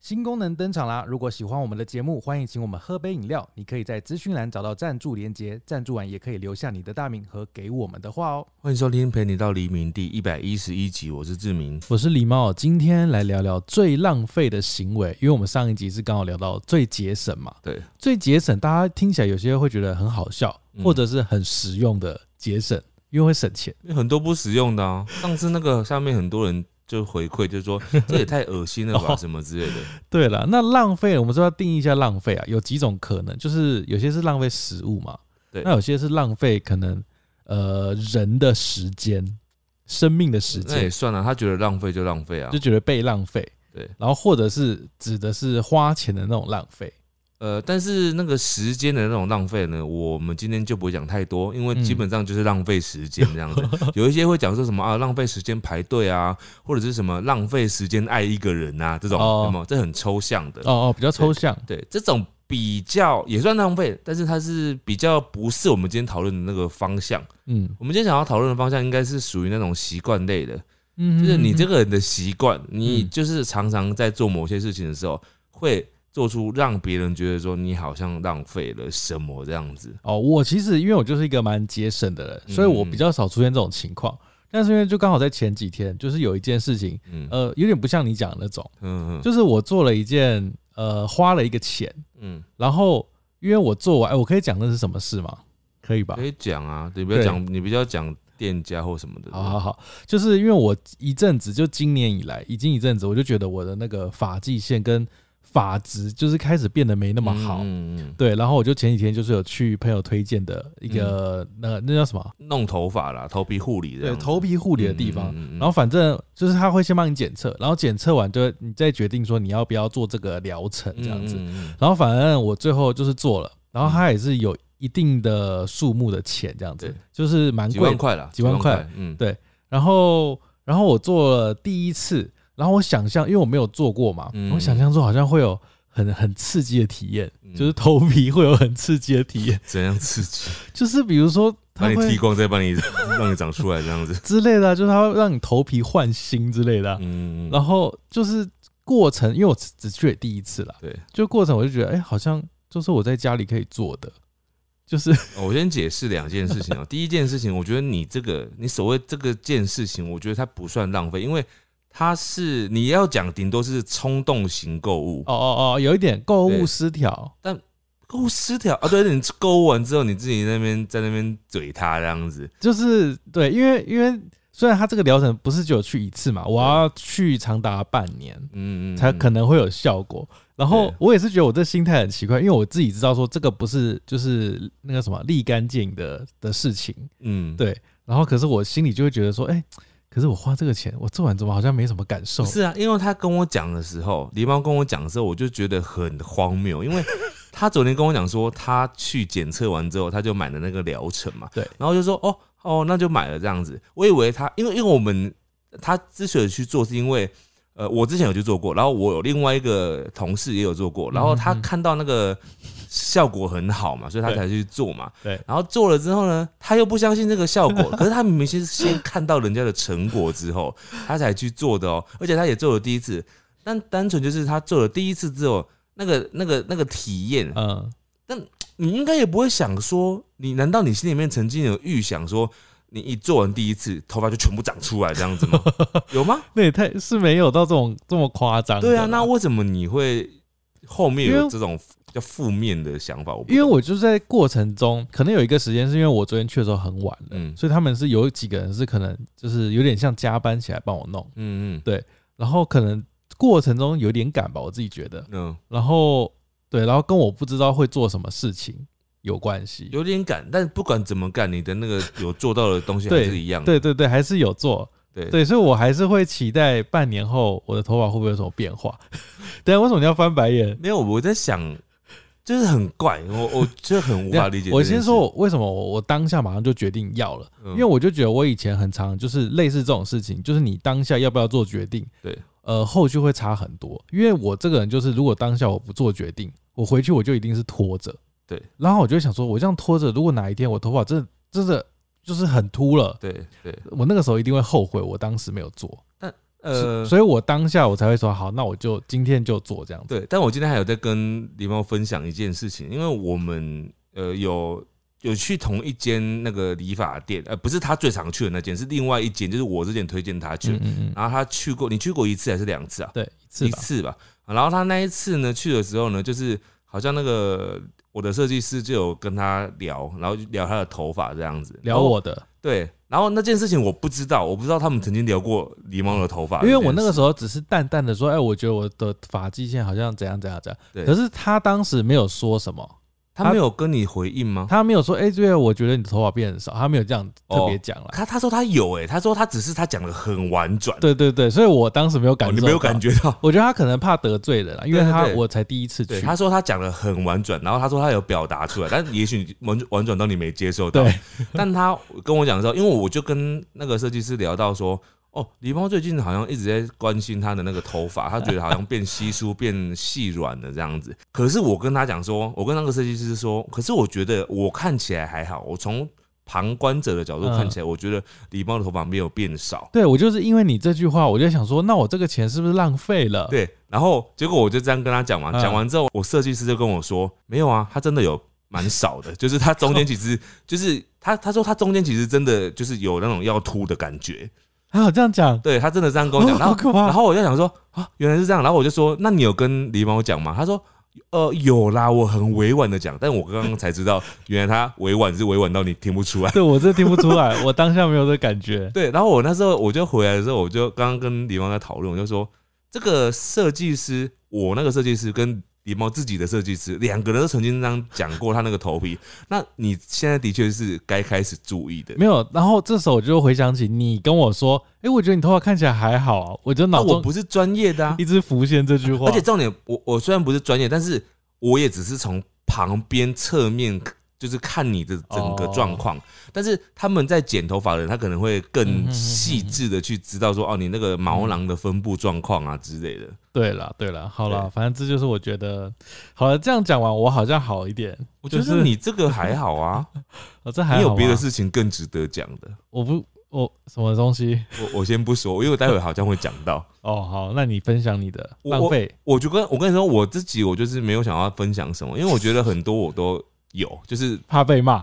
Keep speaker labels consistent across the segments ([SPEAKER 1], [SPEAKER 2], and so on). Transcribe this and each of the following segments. [SPEAKER 1] 新功能登场啦！如果喜欢我们的节目，欢迎请我们喝杯饮料。你可以在资讯栏找到赞助连结，赞助完也可以留下你的大名和给我们的话哦。
[SPEAKER 2] 欢迎收听《陪你到黎明》第一百一十一集，我是志明。
[SPEAKER 1] 我是狸猫，今天来聊聊最浪费的行为，因为我们上一集是刚好聊到最节省嘛，
[SPEAKER 2] 对，
[SPEAKER 1] 最节省，大家听起来有些会觉得很好笑，
[SPEAKER 2] 嗯
[SPEAKER 1] 或者是很实用的节省，因为会省钱。
[SPEAKER 2] 因为很多不实用的啊。上次那个下面很多人就回馈，就 说这也太恶心了吧，
[SPEAKER 1] 哦
[SPEAKER 2] 什么之类的。
[SPEAKER 1] 对了，那浪费，我们说要定义一下浪费啊，有几种可能，就是有些是浪费食物嘛，
[SPEAKER 2] 对
[SPEAKER 1] 那有些是浪费可能呃人的时间、生命的时
[SPEAKER 2] 那也
[SPEAKER 1] 间，
[SPEAKER 2] 算了，他觉得浪费就浪费啊
[SPEAKER 1] 就。觉得被浪费，
[SPEAKER 2] 对，
[SPEAKER 1] 然后或者是指的是花钱的那种浪费，
[SPEAKER 2] 呃，但是那个时间的那种浪费呢，我们今天就不会讲太多，因为
[SPEAKER 1] 嗯
[SPEAKER 2] 基本上就是浪费时间 这样子。有一些会讲说什么啊，浪费时间排队啊，或者是什么浪费时间爱一个人啊，这种，
[SPEAKER 1] 哦
[SPEAKER 2] 那么这很抽象的。
[SPEAKER 1] 哦哦，比较抽象，
[SPEAKER 2] 对，这种比较也算浪费，但是它是比较不是我们今天讨论的那个方向。
[SPEAKER 1] 嗯
[SPEAKER 2] 我们今天想要讨论的方向应该是属于那种习惯类的，
[SPEAKER 1] 嗯，
[SPEAKER 2] 就是你这
[SPEAKER 1] 个
[SPEAKER 2] 个人的习惯，你
[SPEAKER 1] 嗯
[SPEAKER 2] 就是常常在做某些事情的时候，会做出让别人觉得说你好像浪费了什么这样子。
[SPEAKER 1] 哦，我其实因为我就是一个蛮节省的人，
[SPEAKER 2] 嗯
[SPEAKER 1] 所以我比较少出现这种情况，但是因为就刚好在前几天，就是有一件事情，
[SPEAKER 2] 嗯嗯
[SPEAKER 1] 呃，有点不像你讲的那种。
[SPEAKER 2] 嗯嗯
[SPEAKER 1] 就是我做了一件，呃，花了一个钱，
[SPEAKER 2] 嗯，
[SPEAKER 1] 然后因为我做完，哎我可以讲那是什么事吗？可以吧
[SPEAKER 2] 可？以讲啊，你不要
[SPEAKER 1] 对
[SPEAKER 2] 讲，你不要讲店家或什么的。
[SPEAKER 1] 好好好，就是因为我一阵子，就今年以来，已经一阵子，我就觉得我的那个发际线跟发质就是开始变得没那么好。
[SPEAKER 2] 嗯嗯嗯
[SPEAKER 1] 对，然后我就前几天就是有去朋友推荐的一个、那那叫什么？
[SPEAKER 2] 弄头发啦，头皮护理这
[SPEAKER 1] 嗯对，
[SPEAKER 2] 样子
[SPEAKER 1] 头皮护理的地方。
[SPEAKER 2] 嗯嗯嗯嗯
[SPEAKER 1] 然后反正就是他会先帮你检测，然后检测完就你再决定说你要不要做这个疗程这样子。
[SPEAKER 2] 嗯嗯嗯嗯
[SPEAKER 1] 然后反正我最后就是做了，然后它也是有一定的数目的钱这样子
[SPEAKER 2] 对，
[SPEAKER 1] 就是蛮
[SPEAKER 2] 几
[SPEAKER 1] 贵
[SPEAKER 2] 万
[SPEAKER 1] 的。
[SPEAKER 2] 块啦，
[SPEAKER 1] 几万块，
[SPEAKER 2] 嗯，
[SPEAKER 1] 对然后，然后我做了第一次，然后我想象，因为我没有做过嘛，
[SPEAKER 2] 嗯
[SPEAKER 1] 我想象中好像会有很很刺激的体验，
[SPEAKER 2] 嗯
[SPEAKER 1] 就是头皮会有很刺激的体验，
[SPEAKER 2] 怎样刺激？
[SPEAKER 1] 就是比如说
[SPEAKER 2] 把
[SPEAKER 1] 它
[SPEAKER 2] 你剃
[SPEAKER 1] 会
[SPEAKER 2] 光，再把你 让你长出来这 样子。
[SPEAKER 1] 之类的啊，就是它会让你头皮换新之类的啊、
[SPEAKER 2] 嗯，
[SPEAKER 1] 然后就是过程，因为我只只去了第一次啦，
[SPEAKER 2] 对，
[SPEAKER 1] 就过程我就觉得，哎、好像就是我在家里可以做的，就是
[SPEAKER 2] 哦我先解释两件 事情啊。第一件事情，我觉得你这个，你所谓这个件事情，我觉得它不算浪费，因为它是你要讲，顶多是冲动型购物。
[SPEAKER 1] 哦哦哦，有一点购物
[SPEAKER 2] 对
[SPEAKER 1] 失调，
[SPEAKER 2] 购物失调啊，对，你购物完之后，你自己那边在那边嘴他这样子，
[SPEAKER 1] 就是对，因为因为虽然他这个疗程不是只有去一次嘛，我要去长达半年
[SPEAKER 2] 嗯嗯，
[SPEAKER 1] 才可
[SPEAKER 2] 能
[SPEAKER 1] 能会有效果。然后
[SPEAKER 2] 对
[SPEAKER 1] 我也是觉得我这心态很奇怪，因为我自己知道说这个不是就是那个什么立竿见影的的事情，
[SPEAKER 2] 嗯，
[SPEAKER 1] 对。然后可是我心里就会觉得说，哎、可是我花这个钱，我做完怎么好像没什么感受
[SPEAKER 2] 不？是啊，因为他跟我讲的时候，狸猫跟我讲的时候，我就觉得很荒 谬，因为他昨天跟我讲说，他去检测完之后，他就买了那个疗程嘛，
[SPEAKER 1] 对，
[SPEAKER 2] 然后就说哦哦，那就买了这样子。我以为他，因为因为我们他之所以去做，是因为呃，我之前有去做过，然后我有另外一个同事也有做过，然后他
[SPEAKER 1] 嗯嗯
[SPEAKER 2] 看到那个效果很好嘛，所以他
[SPEAKER 1] 对
[SPEAKER 2] 才去做嘛，
[SPEAKER 1] 对
[SPEAKER 2] 然后做了之后呢，他又不相信这个效果， 可是他明明是先看到人家的成果之后，他才去做的哦，而且他也做了第一次，但单纯就是他做了第一次之后，那个那个那个体验，
[SPEAKER 1] 嗯，
[SPEAKER 2] 你应该也不会想说，你难道你心里面曾经有预想说，你一做完第一次，头发就全部长出来这样子吗？有 吗？
[SPEAKER 1] 那也太是没有到这种这么夸张的啦。
[SPEAKER 2] 对啊，那为什么你会后面
[SPEAKER 1] 因
[SPEAKER 2] 有
[SPEAKER 1] 为
[SPEAKER 2] 这种比较负面的想法？我不
[SPEAKER 1] 因为
[SPEAKER 2] 懂
[SPEAKER 1] 我就是在过程中，可能有一个时间是因为我昨天去的时候很晚了，
[SPEAKER 2] 嗯
[SPEAKER 1] 所以他们是有几个人是可能就是有点像加班起来帮我弄，
[SPEAKER 2] 嗯嗯
[SPEAKER 1] 然后可能过程中有点赶吧，我自己觉得，
[SPEAKER 2] 嗯，
[SPEAKER 1] 然后对，然后跟我不知道会做什么事情有关系，
[SPEAKER 2] 有点赶，但不管怎么干，你的那个有做到的东西还
[SPEAKER 1] 对
[SPEAKER 2] 是一样的。
[SPEAKER 1] 对对对，还是有做，
[SPEAKER 2] 对
[SPEAKER 1] 对，所以我还是会期待半年后我的头发会不会有什么变化。 但为什么你要翻白眼？
[SPEAKER 2] 没有，我在想，就是很怪，我我就很无法理解。
[SPEAKER 1] 啊我先说，我，为什么我我当下马上就决定要了。
[SPEAKER 2] 嗯
[SPEAKER 1] 因为我就觉得我以前很常就是类似这种事情，就是你当下要不要做决定，
[SPEAKER 2] 对，
[SPEAKER 1] 呃，后续会差很多。因为我这个人就是，如果当下我不做决定，我回去我就一定是拖着，
[SPEAKER 2] 对。
[SPEAKER 1] 然后我就会想说，我这样拖着，如果哪一天我头发真的真的就是很秃了，
[SPEAKER 2] 对对，
[SPEAKER 1] 我那个时候一定会后悔我当时没有做。
[SPEAKER 2] 呃，
[SPEAKER 1] 所以我当下我才会说好，那我就今天就做这样子。
[SPEAKER 2] 对，但我今天还有在跟狸猫分享一件事情，因为我们呃有有去同一间那个理发店，呃，不是他最常去的那间，是另外一间，就是我之前推荐他去，
[SPEAKER 1] 嗯嗯嗯，
[SPEAKER 2] 然后他去过，你去过一次还是两次啊？
[SPEAKER 1] 对，一次
[SPEAKER 2] 一
[SPEAKER 1] 吧，
[SPEAKER 2] 次吧。然后他那一次呢，去的时候呢，就是好像那个我的设计师就有跟他聊，然后就聊他的头发这样子，
[SPEAKER 1] 聊我的，
[SPEAKER 2] 对。然后那件事情我不知道，我不知道他们曾经聊过狸猫的头发这
[SPEAKER 1] 因
[SPEAKER 2] 件事，
[SPEAKER 1] 为我那个时候只是淡淡的说，哎，我觉得我的发际线好像怎样怎样怎样。
[SPEAKER 2] 对
[SPEAKER 1] 可是他当时没有说什么，
[SPEAKER 2] 他没有跟你回应吗？
[SPEAKER 1] 他没有说，哎，对，我觉得你的头发变很少，他没有这样特别讲了。
[SPEAKER 2] 他他说他有哎、他说他只是他讲的很婉转，
[SPEAKER 1] 对对对，所以我当时没有感
[SPEAKER 2] 哦
[SPEAKER 1] 受，
[SPEAKER 2] 你没有感。觉 到。
[SPEAKER 1] 我觉得他可能怕得罪人了，啊因为
[SPEAKER 2] 对对
[SPEAKER 1] 他
[SPEAKER 2] 对
[SPEAKER 1] 我才第一次去
[SPEAKER 2] 对，，他说他讲的很婉转，然后他说他有表达出来，但也许你婉婉转到你没接受到。
[SPEAKER 1] 对，
[SPEAKER 2] 但他跟我讲的时候，因为我就跟那个设计师聊到说，哦，狸猫最近好像一直在关心他的那个头发，他觉得好像变稀疏、变细软了这样子。可是我跟他讲说，我跟那个设计师说，可是我觉得我看起来还好，我从旁观者的角度看起
[SPEAKER 1] 嗯
[SPEAKER 2] 来，我觉得狸猫的头发没有变少。
[SPEAKER 1] 对我就是因为你这句话，我就想说，那我这个钱是不是浪费了？
[SPEAKER 2] 对，然后结果我就这样跟他讲完，
[SPEAKER 1] 嗯
[SPEAKER 2] 讲完之后，我设计师就跟我说，没有啊，他真的有蛮少的，就是他中间其实 就是他他说他中间其实真的就是有那种要秃的感觉，
[SPEAKER 1] 他有这样讲，
[SPEAKER 2] 对他真的这样跟我讲，
[SPEAKER 1] 哦
[SPEAKER 2] 然
[SPEAKER 1] 好
[SPEAKER 2] 后
[SPEAKER 1] 可怕
[SPEAKER 2] 然后我就想说啊，原来是这样，然后我就说，那你有跟狸猫讲吗？他说。呃，有啦，我很委婉的讲，但我刚刚才知道，原来他委婉是委婉到你听不出来。
[SPEAKER 1] 对我真的听不出来， 我当下没有这感觉。
[SPEAKER 2] 对，然后我那时候我就回来的时候，我就刚刚跟狸猫在讨论，我就说这个设计师，我那个设计师跟狸猫自己的设计师，两个人都曾经这样讲过他那个头皮。那你现在的确是该开始注意的。
[SPEAKER 1] 没有，然后这时候我就回想起你跟我说，哎、我觉得你头发看起来还好啊，我就
[SPEAKER 2] 那
[SPEAKER 1] 脑
[SPEAKER 2] 我
[SPEAKER 1] 中
[SPEAKER 2] 不是专业的啊
[SPEAKER 1] 一，直浮现这句话，
[SPEAKER 2] 而且重点，我我虽然不是专业，但是我也只是从旁边侧面。就是看你的整
[SPEAKER 1] 哦
[SPEAKER 2] 个状况，但是他们在剪头发的人，他可能
[SPEAKER 1] 嗯
[SPEAKER 2] 会
[SPEAKER 1] 嗯嗯
[SPEAKER 2] 更
[SPEAKER 1] 嗯
[SPEAKER 2] 细致的去知道说，哦，你那个毛囊的分布状况啊之类的。
[SPEAKER 1] 对了对了，好了，
[SPEAKER 2] 对
[SPEAKER 1] 反正这就是我觉得，好了，这样讲完我好像好一点，
[SPEAKER 2] 我觉
[SPEAKER 1] 就是
[SPEAKER 2] 得你这个还好啊，
[SPEAKER 1] 哦，这 还好
[SPEAKER 2] 你有别的
[SPEAKER 1] 吗，
[SPEAKER 2] 事情更值得讲的。
[SPEAKER 1] 我不我什么东西
[SPEAKER 2] 我我先不说，因为我待会好像会讲到。
[SPEAKER 1] 哦，好，那你分享你的
[SPEAKER 2] 我
[SPEAKER 1] 浪费，
[SPEAKER 2] 我就跟我跟你说，我自己我就是没有想要分享什么，因为我觉得很多我都有，就是
[SPEAKER 1] 怕被骂，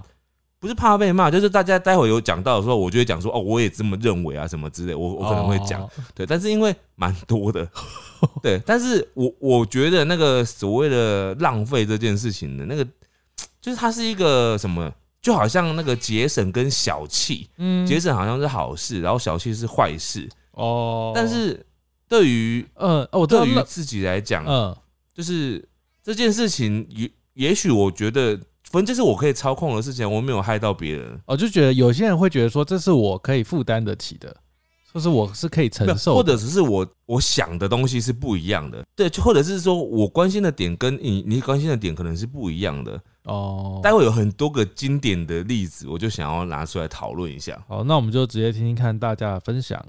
[SPEAKER 2] 不是怕被骂，就是大家待会有讲到的时候，我就会讲说哦，我也这么认为啊，什么之类，我我可能会讲。嗯
[SPEAKER 1] 哦
[SPEAKER 2] 对，但是因为蛮 多的，对，但是我我觉得那个所谓的浪费这件事情呢，那个就是它是一个什么，就好像那个节省跟小气，
[SPEAKER 1] 嗯
[SPEAKER 2] 节省好像是好事，然后小气是坏事。
[SPEAKER 1] 哦，
[SPEAKER 2] 但是对于
[SPEAKER 1] 嗯哦，我知道
[SPEAKER 2] 对于
[SPEAKER 1] 浪
[SPEAKER 2] 自己来讲，
[SPEAKER 1] 嗯
[SPEAKER 2] 就是这件事情也也许我觉得，反正这是我可以操控的事情，我没有害到别人，
[SPEAKER 1] 哦我就觉得有些人会觉得说，这是我可以负担得起的，就是我是可以承
[SPEAKER 2] 没有
[SPEAKER 1] 受的，
[SPEAKER 2] 或者只是我我想的东西是不一样的，对，就或者是说我关心的点跟你你关心的点可能是不一样的。
[SPEAKER 1] 哦，
[SPEAKER 2] 待会有很多个经典的例子，我就想要拿出来讨论一下。
[SPEAKER 1] 好，那我们就直接听听看大家的分享。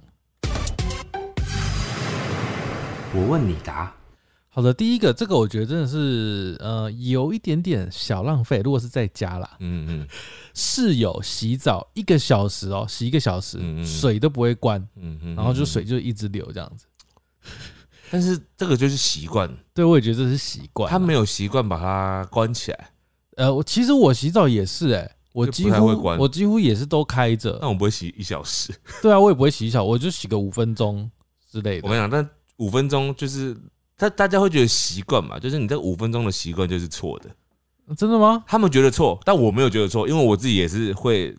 [SPEAKER 2] 我问你答，
[SPEAKER 1] 好的，第一个，这个我觉得真的是，呃，有一点点小浪费。如果是在家啦，
[SPEAKER 2] 嗯嗯
[SPEAKER 1] 室友洗澡一个小时哦，洗一个小时，
[SPEAKER 2] 嗯嗯嗯
[SPEAKER 1] 水都不会关，
[SPEAKER 2] 嗯嗯，
[SPEAKER 1] 然后就
[SPEAKER 2] 嗯，
[SPEAKER 1] 水就一直流这样子。
[SPEAKER 2] 但是这个就是习惯，
[SPEAKER 1] 对，我也觉得这是习惯。啊
[SPEAKER 2] 他没有习惯把它关起来，
[SPEAKER 1] 呃，我其实我洗澡也是、哎，我
[SPEAKER 2] 就不
[SPEAKER 1] 几
[SPEAKER 2] 太
[SPEAKER 1] 乎
[SPEAKER 2] 会关哦
[SPEAKER 1] 我几乎也是都开
[SPEAKER 2] 那
[SPEAKER 1] 着。
[SPEAKER 2] 我不会洗一小 时。
[SPEAKER 1] 对啊，我也不会洗澡，我就洗个五分钟之类的。
[SPEAKER 2] 我跟你讲，但五分钟就是他大家会觉得习惯嘛，就是你这五分钟的习惯就是错的。
[SPEAKER 1] 真的吗？
[SPEAKER 2] 他们觉得错，但我没有觉得错，因为我自己也是会，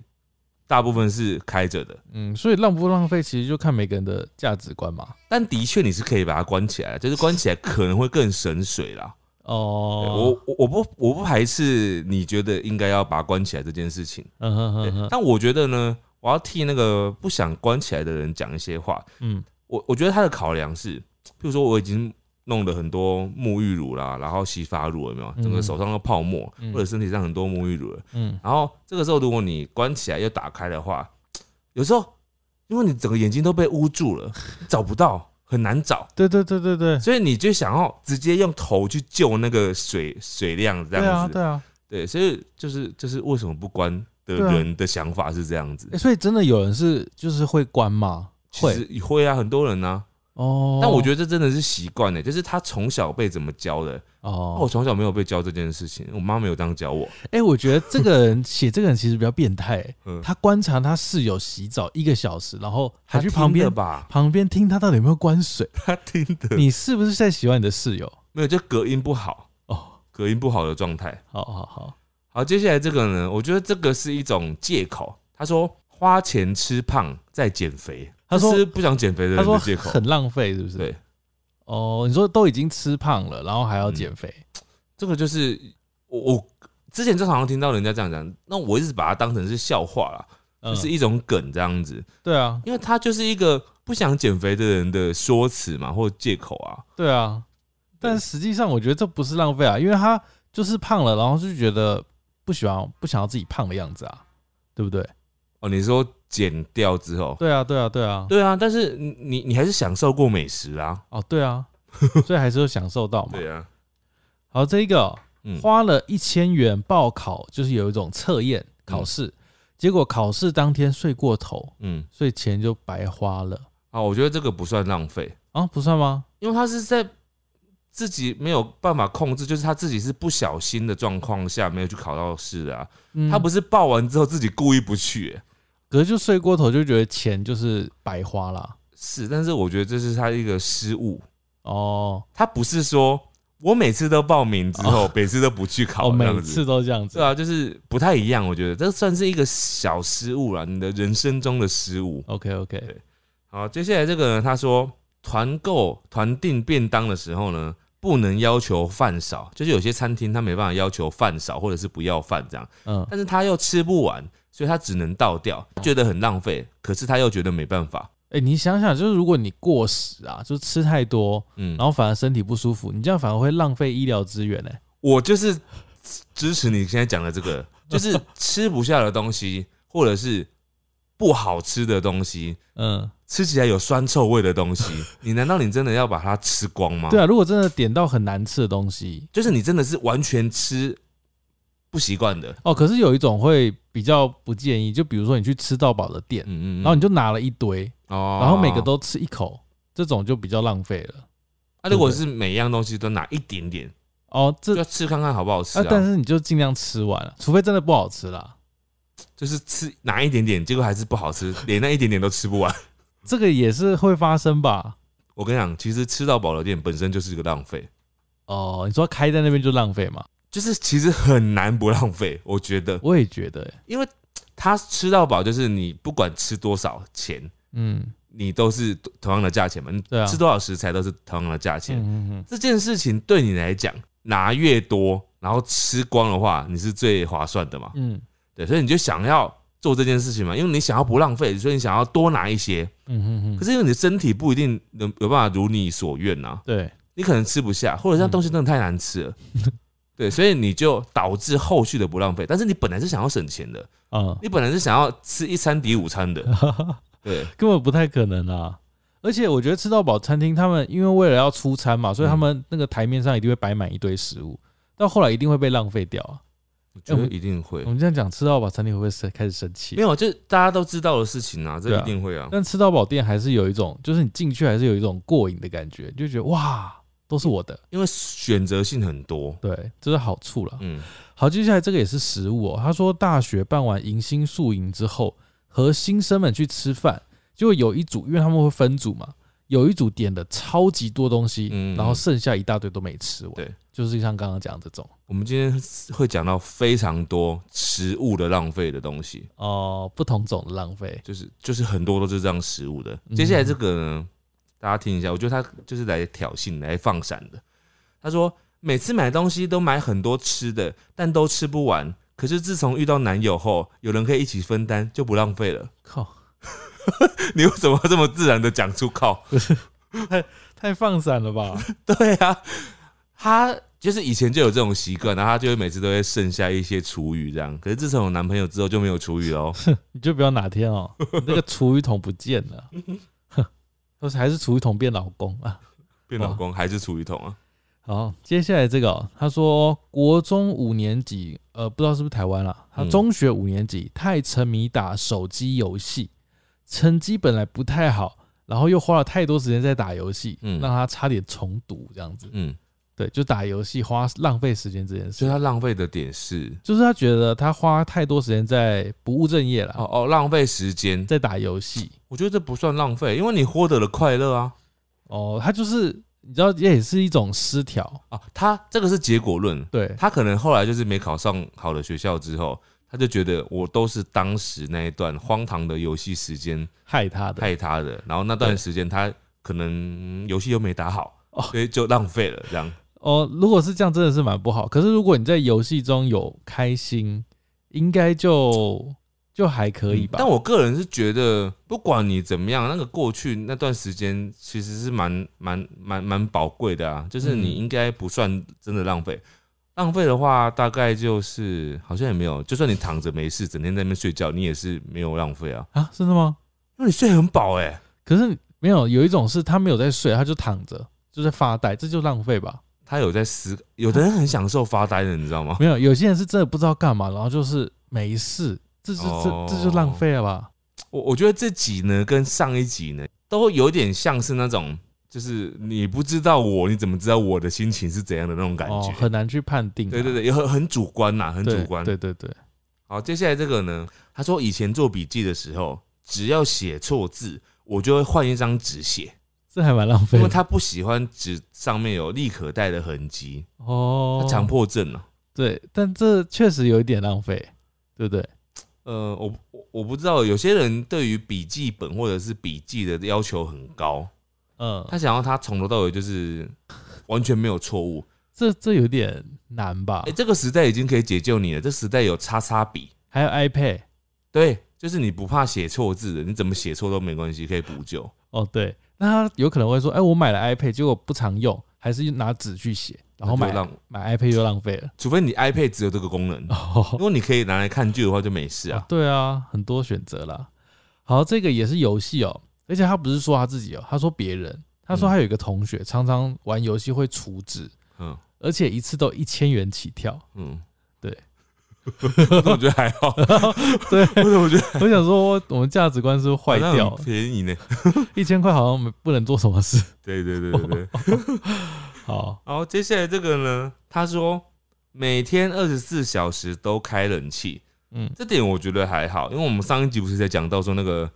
[SPEAKER 2] 大部分是开着的。
[SPEAKER 1] 嗯，所以浪不浪费其实就看每个人的价值观嘛。
[SPEAKER 2] 但的确你是可以把它关起来，就是关起来可能会更省水啦。对
[SPEAKER 1] 哦，
[SPEAKER 2] 我我我不我不排斥你觉得应该要把它关起来这件事情，
[SPEAKER 1] 嗯哼
[SPEAKER 2] 对
[SPEAKER 1] 哼哼，
[SPEAKER 2] 但我觉得呢，我要替那个不想关起来的人讲一些话。
[SPEAKER 1] 嗯
[SPEAKER 2] 我我觉得他的考量是，譬如说我已经弄了很多沐浴乳啦，然后洗发乳有没有？
[SPEAKER 1] 嗯
[SPEAKER 2] 整个手上都泡沫，
[SPEAKER 1] 嗯
[SPEAKER 2] 或者身体上很多沐浴乳了。
[SPEAKER 1] 嗯，
[SPEAKER 2] 然后这个时候如果你关起来又打开的话，有时候因为你整个眼睛都被捂住了，找不到，很难找。
[SPEAKER 1] 对对对对对，
[SPEAKER 2] 所以你就想要直接用头去救那个水水量这
[SPEAKER 1] 对啊
[SPEAKER 2] 样子，
[SPEAKER 1] 对啊，
[SPEAKER 2] 对，所以就是就是为什么不关的
[SPEAKER 1] 对啊
[SPEAKER 2] 人的想法是这样子
[SPEAKER 1] 欸，所以真的有人是就是会关吗？
[SPEAKER 2] 其
[SPEAKER 1] 会
[SPEAKER 2] 实会啊，很多人啊，
[SPEAKER 1] 哦，
[SPEAKER 2] 但我觉得这真的是习惯呢，就是他从小被怎么教的。
[SPEAKER 1] 得哦
[SPEAKER 2] 哦，我从小没有被教这件事情，我妈没有这样教我。
[SPEAKER 1] 哎、我觉得这个人写这个人其实比较变态、
[SPEAKER 2] 嗯
[SPEAKER 1] 他观察他室友洗澡一个小时，然后还
[SPEAKER 2] 他
[SPEAKER 1] 去
[SPEAKER 2] 听
[SPEAKER 1] 旁
[SPEAKER 2] 的
[SPEAKER 1] 边
[SPEAKER 2] 吧，
[SPEAKER 1] 旁边听他到底有没有关水。
[SPEAKER 2] 他听的
[SPEAKER 1] 你是不是在喜欢你的室友？
[SPEAKER 2] 没有，就隔音不好，
[SPEAKER 1] 哦，
[SPEAKER 2] 隔音不好的状态。
[SPEAKER 1] 好好好，
[SPEAKER 2] 好，接下来这个呢，我觉得这个是一种借口。他说花钱吃胖再减肥，
[SPEAKER 1] 他说
[SPEAKER 2] 这是不想减肥的
[SPEAKER 1] 他
[SPEAKER 2] 人
[SPEAKER 1] 说
[SPEAKER 2] 的借口。
[SPEAKER 1] 很浪费，是不是？
[SPEAKER 2] 对，嗯
[SPEAKER 1] 哦，你说都已经吃胖了，然后还要减肥，
[SPEAKER 2] 这个就是我我之前就常常听到人家这样讲，那我一直把它当成是笑话啦，
[SPEAKER 1] 嗯，
[SPEAKER 2] 就是一种梗这样子，
[SPEAKER 1] 对啊，
[SPEAKER 2] 因为它就是一个不想减肥的人的说辞嘛，或借口啊。
[SPEAKER 1] 对啊。但实际上，我觉得这不是浪费啊，因为他就是胖了，然后就觉得不喜欢，不想要自己胖的样子啊，对不对？
[SPEAKER 2] 哦，你说减掉之后，
[SPEAKER 1] 对啊，对啊，对啊，
[SPEAKER 2] 对啊，但是你你你还是享受过美食啊，
[SPEAKER 1] 哦，对 啊，所以还是有享受到嘛。
[SPEAKER 2] 对啊，
[SPEAKER 1] 好，这一个哦、
[SPEAKER 2] 嗯，
[SPEAKER 1] 花了一千元报考，就是有一种测验考试，结果考试当天睡过头，
[SPEAKER 2] 嗯，
[SPEAKER 1] 所以钱就白花了
[SPEAKER 2] 啊，我觉得这个不算浪费，
[SPEAKER 1] 啊，不算吗？
[SPEAKER 2] 因为他是在自己没有办法控制，就是他自己是不小心的状况下没有去考到试的啊，
[SPEAKER 1] 嗯
[SPEAKER 2] 他不，是报完之后自己故意不去、欸
[SPEAKER 1] 可是就睡过头，就觉得钱就是白花啦。
[SPEAKER 2] 是，但是我觉得这是他一个失误，
[SPEAKER 1] 哦，
[SPEAKER 2] 他不是说我每次都报名之后，每次都不去考
[SPEAKER 1] 哦，
[SPEAKER 2] 这
[SPEAKER 1] 每
[SPEAKER 2] 样子。
[SPEAKER 1] 次都这样子。
[SPEAKER 2] 对啊，就是不太一样，我觉得这算是一个小失误啦，你的人生中的失误。
[SPEAKER 1] OK OK，
[SPEAKER 2] 对好，接下来这个呢，他说团购团订便当的时候呢，不能要求饭少，就是有些餐厅他没办法要求饭少或者是不要饭这样，
[SPEAKER 1] 嗯，
[SPEAKER 2] 但是他又吃不完，所以他只能倒掉，觉得很浪费，可是他又觉得没办法，
[SPEAKER 1] 哎、你想想，就是如果你过食啊，就吃太多，
[SPEAKER 2] 嗯，
[SPEAKER 1] 然后反而身体不舒服，你这样反而会浪费医疗资源呢、欸
[SPEAKER 2] 我就是支持你现在讲的这个，就是吃不下的东西，或者是不好吃的东西，
[SPEAKER 1] 嗯，
[SPEAKER 2] 吃起来有酸臭味 的东西，你难道你真的要把它吃光吗？
[SPEAKER 1] 对啊，如果真的点到很难吃的东西，
[SPEAKER 2] 就是你真的是完全吃不习惯的。
[SPEAKER 1] 哦，可是有一种会比较不建议，就比如说你去吃到饱的店，
[SPEAKER 2] 嗯嗯嗯
[SPEAKER 1] 然后你就拿了一堆，
[SPEAKER 2] 哦
[SPEAKER 1] 然后每个都吃一口，这种就比较浪费了。
[SPEAKER 2] 啊，如果是每样东西都拿一点点，
[SPEAKER 1] 哦，这
[SPEAKER 2] 就要吃看看好不好吃
[SPEAKER 1] 啊
[SPEAKER 2] 啊，。
[SPEAKER 1] 但是你就尽量吃完了，除非真的不好吃啦。
[SPEAKER 2] 就是吃拿一点点，结果还是不好 吃，连那一点点都吃不完。
[SPEAKER 1] 这个也是会发生吧？
[SPEAKER 2] 我跟你讲，其实吃到饱的店本身就是一个浪费，
[SPEAKER 1] 哦，你说开在那边就浪费嘛？
[SPEAKER 2] 就是其实很难不浪费。我觉得，
[SPEAKER 1] 我也觉得、欸
[SPEAKER 2] 因为他吃到饱就是你不管吃多少钱，
[SPEAKER 1] 嗯，
[SPEAKER 2] 你都是同样的价钱嘛，你
[SPEAKER 1] 对啊
[SPEAKER 2] 吃多少食材都是同样的价钱。
[SPEAKER 1] 嗯嗯
[SPEAKER 2] 这件事情对你来讲，拿越多，然后吃光的话，你是最划算的嘛
[SPEAKER 1] 嗯。嗯
[SPEAKER 2] 对，所以你就想要做这件事情嘛，因为你想要不浪费，所以你想要多拿一些。
[SPEAKER 1] 嗯嗯
[SPEAKER 2] 可
[SPEAKER 1] 嗯，
[SPEAKER 2] 是因为你的身体不一定能有办法如你所愿呐、
[SPEAKER 1] 对，
[SPEAKER 2] 你可能吃不下，或者像东西真的太难吃 了。对，所以你就导致后续的不浪费。但是你本来是想要省钱的，
[SPEAKER 1] 嗯，
[SPEAKER 2] 你本来是想要吃一餐抵五餐 的。对，
[SPEAKER 1] 根本不太可能啦。而且我觉得吃到饱餐厅，他们因为为了要出餐
[SPEAKER 2] 嗯
[SPEAKER 1] 嘛，所以他们那个台面上一定会摆满一堆食物，到后来一定会被浪费掉啊。
[SPEAKER 2] 我觉得一定会
[SPEAKER 1] 我。们这样讲，吃到饱餐厅会不会生开始生气
[SPEAKER 2] 没？有，就是大家都知道的事情啊，
[SPEAKER 1] 对
[SPEAKER 2] 这
[SPEAKER 1] 啊
[SPEAKER 2] 一定会啊。
[SPEAKER 1] 但吃到饱店还是有一种，就是你进去还是有一种过瘾的感觉，就觉得哇，都是我的，
[SPEAKER 2] 因为选择性很多。
[SPEAKER 1] 对，这是好处了。
[SPEAKER 2] 嗯，
[SPEAKER 1] 好，接下来这个也是食物哦。他说，大学办完迎新宿营之后，和新生们去吃饭，结果有一组，因为他们会分组嘛，有一组点了超级多东西，
[SPEAKER 2] 嗯
[SPEAKER 1] 然后剩下一大堆都没吃完。
[SPEAKER 2] 对，
[SPEAKER 1] 就是像刚刚讲的这种
[SPEAKER 2] 我们今天会讲到非常多食物的浪费的东西，
[SPEAKER 1] 哦、不同种的浪费。
[SPEAKER 2] 就是就是很多都是这样食物的。
[SPEAKER 1] 嗯
[SPEAKER 2] 接下来这个呢，大家听一下，我觉得他就是来挑衅、来放闪的。他说每次买东西都买很多吃的，但都吃不完。可是自从遇到男友后，有人可以一起分担，就不浪费 了。
[SPEAKER 1] 靠，
[SPEAKER 2] 你为什么要这么自然的讲出靠？
[SPEAKER 1] 太放散了吧？
[SPEAKER 2] 对啊，他就是以前就有这种习惯，然后他就会每次都会剩下一些厨余这样。可是自从有男朋友之后就没有厨余喽。
[SPEAKER 1] 你就不要哪天哦，你那个厨余桶不见 了，都是还是厨余桶变老公啊。
[SPEAKER 2] 变老公还是厨余桶啊？
[SPEAKER 1] 好，接下来这个哦、他说国中五年级，呃，不知道是不是台湾啦，他
[SPEAKER 2] 嗯
[SPEAKER 1] 中学五年级太沉迷打手机游戏，成绩本来不太好，然后又花了太多时间在打游戏，
[SPEAKER 2] 嗯
[SPEAKER 1] 让他差点重读这样子。
[SPEAKER 2] 嗯，
[SPEAKER 1] 对，就打游戏花浪费时间这件
[SPEAKER 2] 所
[SPEAKER 1] 事
[SPEAKER 2] 以，他浪费的点是，
[SPEAKER 1] 就是他觉得他花太多时间在不务正业了，
[SPEAKER 2] 哦哦，浪费时间，
[SPEAKER 1] 在打游戏。
[SPEAKER 2] 我觉得这不算浪费，因为你获得了快乐啊
[SPEAKER 1] 哦，他就是你知道，这也是一种失调。
[SPEAKER 2] 啊，他这个是结果论，
[SPEAKER 1] 对，
[SPEAKER 2] 他可能后来就是没考上好的学校之后，他就觉得我都是当时那一段荒唐的游戏时间
[SPEAKER 1] 害他的。
[SPEAKER 2] 害他的，然后那段时间他可能游戏又没打好
[SPEAKER 1] 哦，
[SPEAKER 2] 所以就浪费了这样。
[SPEAKER 1] 哦，如果是这样，真的是蛮不好。可是如果你在游戏中有开心，应该就就还可以吧。
[SPEAKER 2] 嗯但我个人是觉得，不管你怎么样，那个过去那段时间其实是蛮蛮蛮蛮宝贵的啊，就是你
[SPEAKER 1] 嗯
[SPEAKER 2] 应该不算真的浪费。浪费的话，大概就是好像也没有，就算你躺着没事，整天在那边睡觉，你也是没有浪费啊，
[SPEAKER 1] 啊，真的吗？
[SPEAKER 2] 因为你睡很饱哎、
[SPEAKER 1] 可是没有，有一种是他没有在睡，他就躺着，就在发呆，这就浪费吧。
[SPEAKER 2] 他有在思，有的人很享受发呆的，你知道吗？
[SPEAKER 1] 没有，有些人是真的不知道干嘛，然后就是没事，这是
[SPEAKER 2] 哦
[SPEAKER 1] 这这就浪费了吧？
[SPEAKER 2] 我我觉得这集呢跟上一集呢都有点像是那种，就是你不知道我，你怎么知道我的心情是怎样的那种感
[SPEAKER 1] 哦
[SPEAKER 2] 觉？，
[SPEAKER 1] 很难去判定啊。
[SPEAKER 2] 对对对，也很很主观呐，很
[SPEAKER 1] 对，
[SPEAKER 2] 主观。
[SPEAKER 1] 对对对，
[SPEAKER 2] 好，接下来这个呢，他说以前做笔记的时候，只要写错字，我就会换一张纸写，
[SPEAKER 1] 这还蛮浪费
[SPEAKER 2] 因
[SPEAKER 1] 的。
[SPEAKER 2] 为他不喜欢纸上面有立可带的痕迹，
[SPEAKER 1] 哦
[SPEAKER 2] 他，强迫症啊。
[SPEAKER 1] 对，但这确实有一点浪费，对不对？
[SPEAKER 2] 呃，我我我不知道，有些人对于笔记本或者是笔记的要求很高，
[SPEAKER 1] 嗯，
[SPEAKER 2] 他想要他从头到尾就是完全没有错误。
[SPEAKER 1] 这这有点难吧
[SPEAKER 2] 哎、？这个时代已经可以解救你了，这时代有叉叉笔，
[SPEAKER 1] 还有 iPad，
[SPEAKER 2] 对，就是你不怕写错字的，你怎么写错都没关系，可以补救。
[SPEAKER 1] 哦对，那他有可能会说，哎，我买了 iPad，结果不常用，还是拿纸去写，然后
[SPEAKER 2] 那
[SPEAKER 1] 买
[SPEAKER 2] 就让，
[SPEAKER 1] 买 iPad 就浪费了。
[SPEAKER 2] 除非你 iPad 只有这个功能，如
[SPEAKER 1] 哦，
[SPEAKER 2] 果你可以拿来看剧的话就没事啊。
[SPEAKER 1] 对啊，很多选择啦。好，这个也是游戏哦，而且他不是说他自己哦，他说别人，他说他有一个同学常常玩游戏会储值，
[SPEAKER 2] 嗯
[SPEAKER 1] 而且一次都一千元起跳。
[SPEAKER 2] 嗯，
[SPEAKER 1] 哦对，
[SPEAKER 2] 我觉得还好，
[SPEAKER 1] 对，
[SPEAKER 2] 为什么我觉得
[SPEAKER 1] 我想说，我们价值观是不是坏
[SPEAKER 2] 好像
[SPEAKER 1] 掉
[SPEAKER 2] 很，便宜呢？
[SPEAKER 1] 一千块好像不能做什么事。
[SPEAKER 2] 对对对对 对。
[SPEAKER 1] 好，
[SPEAKER 2] 好，接下来这个呢，他说每天二十四小时都开冷气，
[SPEAKER 1] 嗯
[SPEAKER 2] 这点我觉得还好，因为我们上一集不是在讲到说那个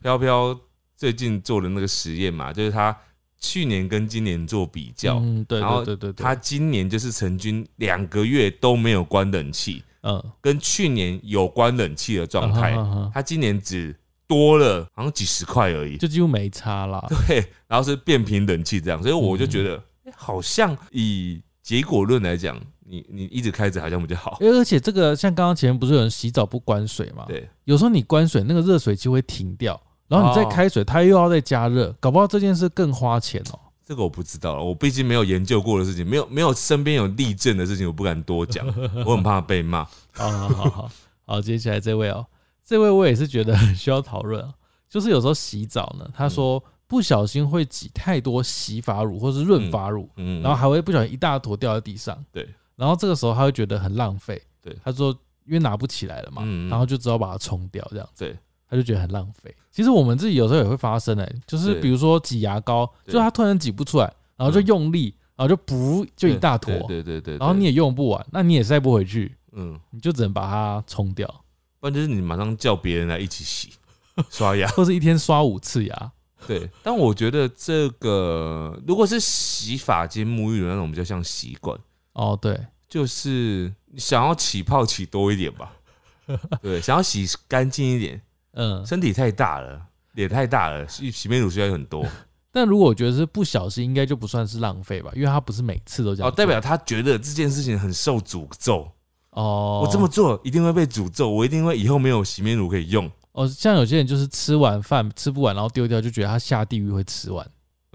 [SPEAKER 2] 飘飘最近做的那个实验嘛，就是他去年跟今年做比较，
[SPEAKER 1] 嗯，对
[SPEAKER 2] 然后
[SPEAKER 1] 对对对对，
[SPEAKER 2] 他今年就是曾均两个月都没有关冷气，
[SPEAKER 1] 嗯
[SPEAKER 2] 跟去年有关冷气的状态，
[SPEAKER 1] 嗯哼哼哼
[SPEAKER 2] 他今年只多了好像几十块而已，
[SPEAKER 1] 就几乎没差啦。
[SPEAKER 2] 对，然后是变频冷气这样，所以我
[SPEAKER 1] 嗯
[SPEAKER 2] 就觉得、诶好像以结果论来讲，你你一直开着好像比较好。
[SPEAKER 1] 因为而且这个像刚刚前面不是有人洗澡不关水嘛？
[SPEAKER 2] 对，
[SPEAKER 1] 有时候你关水，那个热水器会停掉，然后你再
[SPEAKER 2] 哦
[SPEAKER 1] 开水，它又要再加热，搞不好这件事更花钱哦。
[SPEAKER 2] 这个我不知道，我毕竟没有研究过的事情，没有没有身边有例证的事情，我不敢多讲，我很怕被骂。
[SPEAKER 1] 好好好好， 好，接下来这位哦，这位我也是觉得很需要讨论啊，就是有时候洗澡呢，
[SPEAKER 2] 嗯
[SPEAKER 1] 他说不小心会挤太多洗发乳或是润发乳，
[SPEAKER 2] 嗯，
[SPEAKER 1] 然后还会不小心一大坨掉在地上，
[SPEAKER 2] 对，
[SPEAKER 1] 然后这个时候他会觉得很浪费，
[SPEAKER 2] 对
[SPEAKER 1] 他说因为拿不起来了嘛，
[SPEAKER 2] 嗯嗯
[SPEAKER 1] 然后就只好把它冲掉这样。
[SPEAKER 2] 对，
[SPEAKER 1] 他就觉得很浪费。其实我们自己有时候也会发生哎、就是
[SPEAKER 2] 对
[SPEAKER 1] 比如说挤牙膏，
[SPEAKER 2] 对嗯
[SPEAKER 1] 就是它突然挤不出来，然后就用力，然后就噗就一大坨，
[SPEAKER 2] 对对对对，对
[SPEAKER 1] 然后你也用不完，那你也塞不回去，
[SPEAKER 2] 嗯，
[SPEAKER 1] 你就只能把它冲掉，
[SPEAKER 2] 不然就是你马上叫别人来一起洗刷牙。
[SPEAKER 1] 或是一天刷五次牙。
[SPEAKER 2] 对，但我觉得这个如果是洗发精、沐浴乳那种，比较像习惯。
[SPEAKER 1] 哦，对，
[SPEAKER 2] 就是想要起泡起多一点吧，对，想要洗干净一点，
[SPEAKER 1] 嗯，
[SPEAKER 2] 身体太大了，脸太大了，洗洗面乳需要很多，
[SPEAKER 1] 但如果我觉得是不小心，应该就不算是浪费吧，因为它不是每次都这样
[SPEAKER 2] 哦，
[SPEAKER 1] 做。
[SPEAKER 2] 代表他觉得这件事情很受诅咒，
[SPEAKER 1] 哦，
[SPEAKER 2] 我这么做一定会被诅咒，我一定会以后没有洗面乳可以用，
[SPEAKER 1] 哦，像有些人就是吃完饭吃不完，然后丢掉，就觉得他下地狱会吃完。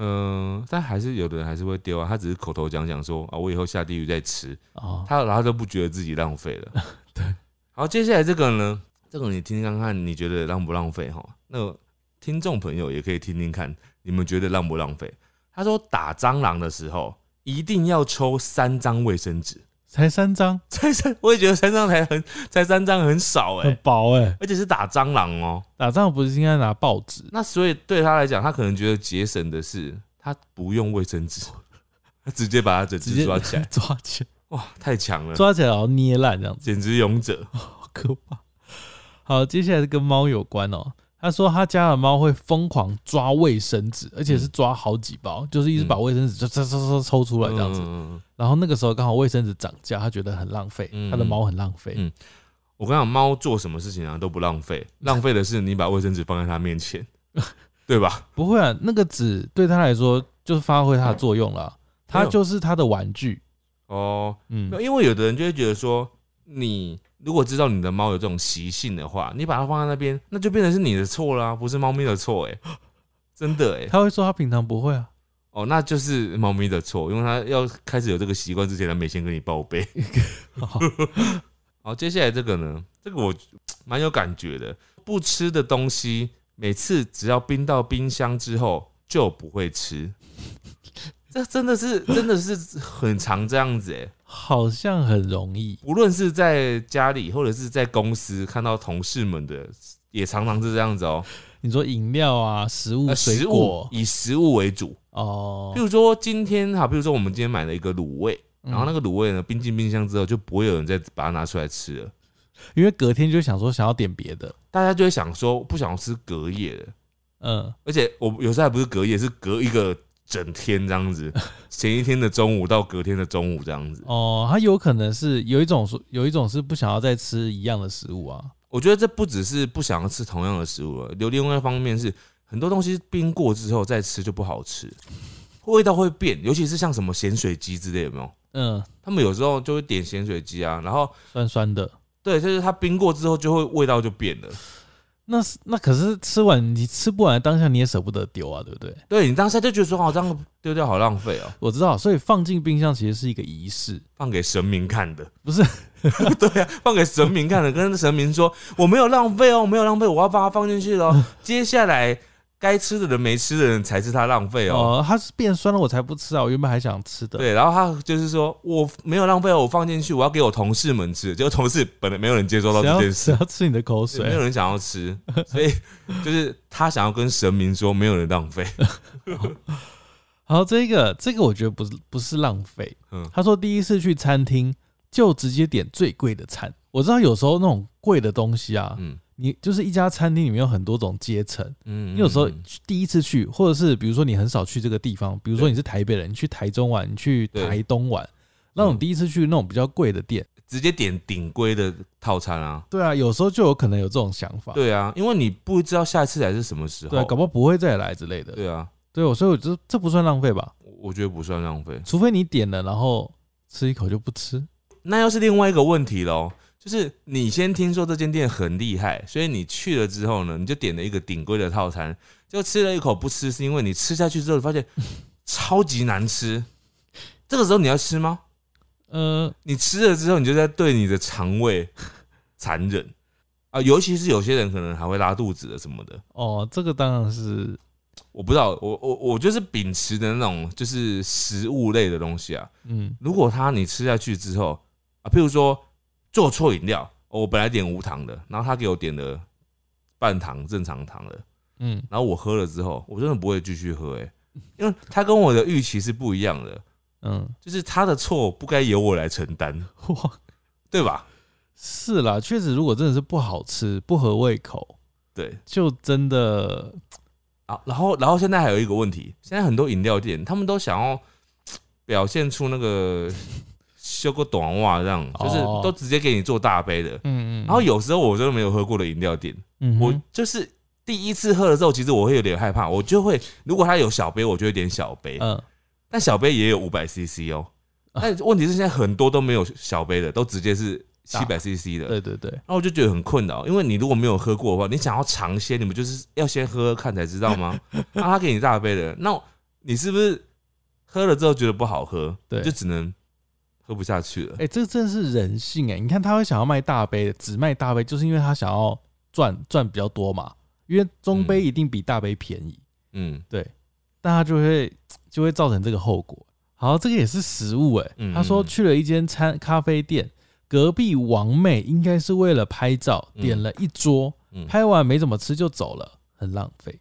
[SPEAKER 2] 嗯、但还是有的人还是会丢啊，他只是口头讲讲说啊，我以后下地狱再吃，
[SPEAKER 1] 哦，
[SPEAKER 2] 他然后都不觉得自己浪费 了。对，好，接下来这个呢，这个你听听看看，你觉得浪不浪费哈？那听众朋友也可以听听看，你们觉得浪不浪费？他说打蟑螂的时候一定要抽三张卫生纸，
[SPEAKER 1] 才三张，
[SPEAKER 2] 才三，我也觉得三张才很才三张很少哎、
[SPEAKER 1] 很薄哎、
[SPEAKER 2] 而且是打蟑螂哦、
[SPEAKER 1] 打仗不是应该拿报纸？
[SPEAKER 2] 那所以对他来讲，他可能觉得节省的是他不用卫生纸，他直接把他整
[SPEAKER 1] 直
[SPEAKER 2] 只
[SPEAKER 1] 接
[SPEAKER 2] 抓起来， 嗯
[SPEAKER 1] 抓起来，
[SPEAKER 2] 哇，太强了，
[SPEAKER 1] 抓起来然后捏烂这样子，
[SPEAKER 2] 简直勇者。
[SPEAKER 1] 好可怕。好，接下来是跟猫有关哦。他说他家的猫会疯狂抓卫生纸，而且是
[SPEAKER 2] 嗯
[SPEAKER 1] 抓好几包，就是一直把卫生纸就抽抽抽抽出来这样子。
[SPEAKER 2] 嗯
[SPEAKER 1] 然后那个时候刚好卫生纸涨价，他觉得很浪费，
[SPEAKER 2] 嗯
[SPEAKER 1] 他的猫很浪费。
[SPEAKER 2] 嗯我跟你讲，猫做什么事情啊都不浪费，浪费的是你把卫生纸放在它面前，对吧？
[SPEAKER 1] 不会啊，那个纸对他来说就是发挥它的作用了，它就是他的玩具。
[SPEAKER 2] 哦，
[SPEAKER 1] 嗯
[SPEAKER 2] 没有因为有的人就会觉得说，你如果知道你的猫有这种习性的话，你把它放在那边，那就变成是你的错啦，不是猫咪的错哎、真的哎、
[SPEAKER 1] 他会说他平常不会啊，
[SPEAKER 2] 哦，那就是猫咪的错，因为它要开始有这个习惯之前，它没先跟你报备。
[SPEAKER 1] 好
[SPEAKER 2] 好，接下来这个呢，这个我蛮有感觉的，不吃的东西，每次只要冰到冰箱之后就不会吃， 这真的是真的是很常这样子哎、
[SPEAKER 1] 好像很容易。
[SPEAKER 2] 无论是在家里或者是在公司看到同事们的，也常常是这样子哦、
[SPEAKER 1] 你说饮料啊、食物、
[SPEAKER 2] 呃
[SPEAKER 1] 水
[SPEAKER 2] 食物
[SPEAKER 1] 果
[SPEAKER 2] 以食物为主，
[SPEAKER 1] 哦
[SPEAKER 2] 譬，如说今天哈，譬如说我们今天买了一个卤味。然后那
[SPEAKER 1] 个，
[SPEAKER 2] 个卤味呢，冰进冰箱之后就不会有人再把它拿出来吃了，
[SPEAKER 1] 因为隔天就想说想要点别的，
[SPEAKER 2] 大家就会想说不想吃隔夜的，
[SPEAKER 1] 嗯，
[SPEAKER 2] 而且我有时候还不是隔夜，是隔一个整天这样子，前一天的中午到隔天的中午这样子。
[SPEAKER 1] 哦，他有可能是有一种说，有一种是不想要再吃一样的食物啊，
[SPEAKER 2] 我觉得这不只是不想要吃同样的食物了，有另外一方面是很多东西冰过之后再吃就不好吃，味道会变，尤其是像什么咸水鸡之类，有没有？
[SPEAKER 1] 嗯，
[SPEAKER 2] 他们有时候就会点咸水鸡啊，然后
[SPEAKER 1] 酸酸的。
[SPEAKER 2] 对，就是它冰过之后就会味道就变了。
[SPEAKER 1] 那是那可是吃完你吃不完的当下你也舍不得丢啊，对不对？
[SPEAKER 2] 对你当下就觉得说，哦，这样丢掉好浪费哦，
[SPEAKER 1] 我知道，所以放进冰箱其实是一个仪式，
[SPEAKER 2] 放给神明看的，
[SPEAKER 1] 不是？
[SPEAKER 2] 对啊，放给神明看的，跟神明说我没有浪费哦，我没有浪费，我要把它放进去了 哦。接下来该吃的人没吃的人才是他浪费哦。
[SPEAKER 1] 哦，它是变酸了，我才不吃啊！我原本还想吃的。
[SPEAKER 2] 对，然后他就是说我没有浪费哦，我放进去，我要给我同事们吃。结果同事本来没有人接收到
[SPEAKER 1] 谁
[SPEAKER 2] 这
[SPEAKER 1] 要
[SPEAKER 2] 件
[SPEAKER 1] 谁
[SPEAKER 2] 事，
[SPEAKER 1] 要吃你的口
[SPEAKER 2] 没有
[SPEAKER 1] 水？
[SPEAKER 2] 人想要吃，所以 就是他想要跟神明说没有人浪费。
[SPEAKER 1] 好，这个这个我觉得不是不是浪费。
[SPEAKER 2] 嗯
[SPEAKER 1] 他说第一次去餐厅就直接点最贵的餐。我知道有时候那种贵的东西啊，
[SPEAKER 2] 嗯
[SPEAKER 1] 你就是一家餐厅里面有很多种阶层，
[SPEAKER 2] 嗯
[SPEAKER 1] 你有时候
[SPEAKER 2] 嗯
[SPEAKER 1] 第一次去，或者是比如说你很少去这个地方，比如说
[SPEAKER 2] 对
[SPEAKER 1] 你是台北人，你去台中玩，你去
[SPEAKER 2] 对
[SPEAKER 1] 台东玩，那种
[SPEAKER 2] 嗯
[SPEAKER 1] 第一次去那种比较贵的店，
[SPEAKER 2] 直接点顶规的套餐啊。
[SPEAKER 1] 对啊，有时候就有可能有这种想法，
[SPEAKER 2] 对啊，因为你不知道下一次来是什么时候。
[SPEAKER 1] 对啊，搞不好不会再来之类的，
[SPEAKER 2] 对啊，
[SPEAKER 1] 对，我所以我觉得这不算浪费吧，
[SPEAKER 2] 我我觉得不算浪费。
[SPEAKER 1] 除非你点了然后吃一口就不吃，
[SPEAKER 2] 那又是另外一个问题喽，就是你先听说这间店很厉害，所以你去了之后呢，你就点了一个顶规的套餐，就吃了一口不吃，是因为你吃下去之后你发现超级难吃。这个时候你要吃吗？
[SPEAKER 1] 呃，
[SPEAKER 2] 你吃了之后，你就在对你的肠胃残忍啊，尤其是有些人可能还会拉肚子的什么的。
[SPEAKER 1] 哦，这个当然是
[SPEAKER 2] 我不知道，我我我就是秉持的那种就是食物类的东西啊，
[SPEAKER 1] 嗯
[SPEAKER 2] 如果它你吃下去之后啊，譬如说做错饮料、哦我本来点无糖的，然后他给我点了半糖正常糖的，
[SPEAKER 1] 嗯，
[SPEAKER 2] 然后我喝了之后，我真的不会继续喝、欸，因为它跟我的预期是不一样的，
[SPEAKER 1] 嗯，
[SPEAKER 2] 就是他的错不该由我来承担，
[SPEAKER 1] 哇，
[SPEAKER 2] 对吧？
[SPEAKER 1] 是啦，确实，如果真的是不好吃、不合胃口，
[SPEAKER 2] 对
[SPEAKER 1] 就真的
[SPEAKER 2] 啊，然后然后现在还有一个问题，现在很多饮料店他们都想要表现出那个 修个短袜这样，就是
[SPEAKER 1] 哦
[SPEAKER 2] 都直接给你做大杯的。
[SPEAKER 1] 嗯嗯，
[SPEAKER 2] 然后有时候我真的没有喝过的饮料店，
[SPEAKER 1] 嗯哼
[SPEAKER 2] 我就是第一次喝的时候，其实我会有点害怕，我就会如果它有小杯，我就会点小杯，
[SPEAKER 1] 嗯
[SPEAKER 2] 但小杯也有五百 CC 哦。
[SPEAKER 1] 啊
[SPEAKER 2] 但问题是现在很多都没有小杯的，都直接是七百 CC 的。
[SPEAKER 1] 对对对，
[SPEAKER 2] 然后我就觉得很困扰，因为你如果没有喝过的话，你想要尝鲜，你们就是要先喝喝看才知道吗？那他给你大杯的，那你是不是喝了之后觉得不好喝，
[SPEAKER 1] 对
[SPEAKER 2] 就只能喝不下去了
[SPEAKER 1] 哎、？这真是人性哎、你看他会想要卖大杯的，只卖大杯，就是因为他想要赚赚比较多嘛。因为中杯
[SPEAKER 2] 嗯
[SPEAKER 1] 一定比大杯便宜，
[SPEAKER 2] 嗯，
[SPEAKER 1] 对，但他就会就会造成这个后果。好，这个也是食物哎、
[SPEAKER 2] 嗯
[SPEAKER 1] 他说
[SPEAKER 2] 嗯
[SPEAKER 1] 去了一间餐咖啡店，隔壁王妹应该是为了拍照
[SPEAKER 2] 嗯
[SPEAKER 1] 点了一桌，
[SPEAKER 2] 嗯
[SPEAKER 1] 拍完没怎么吃就走了，很浪费。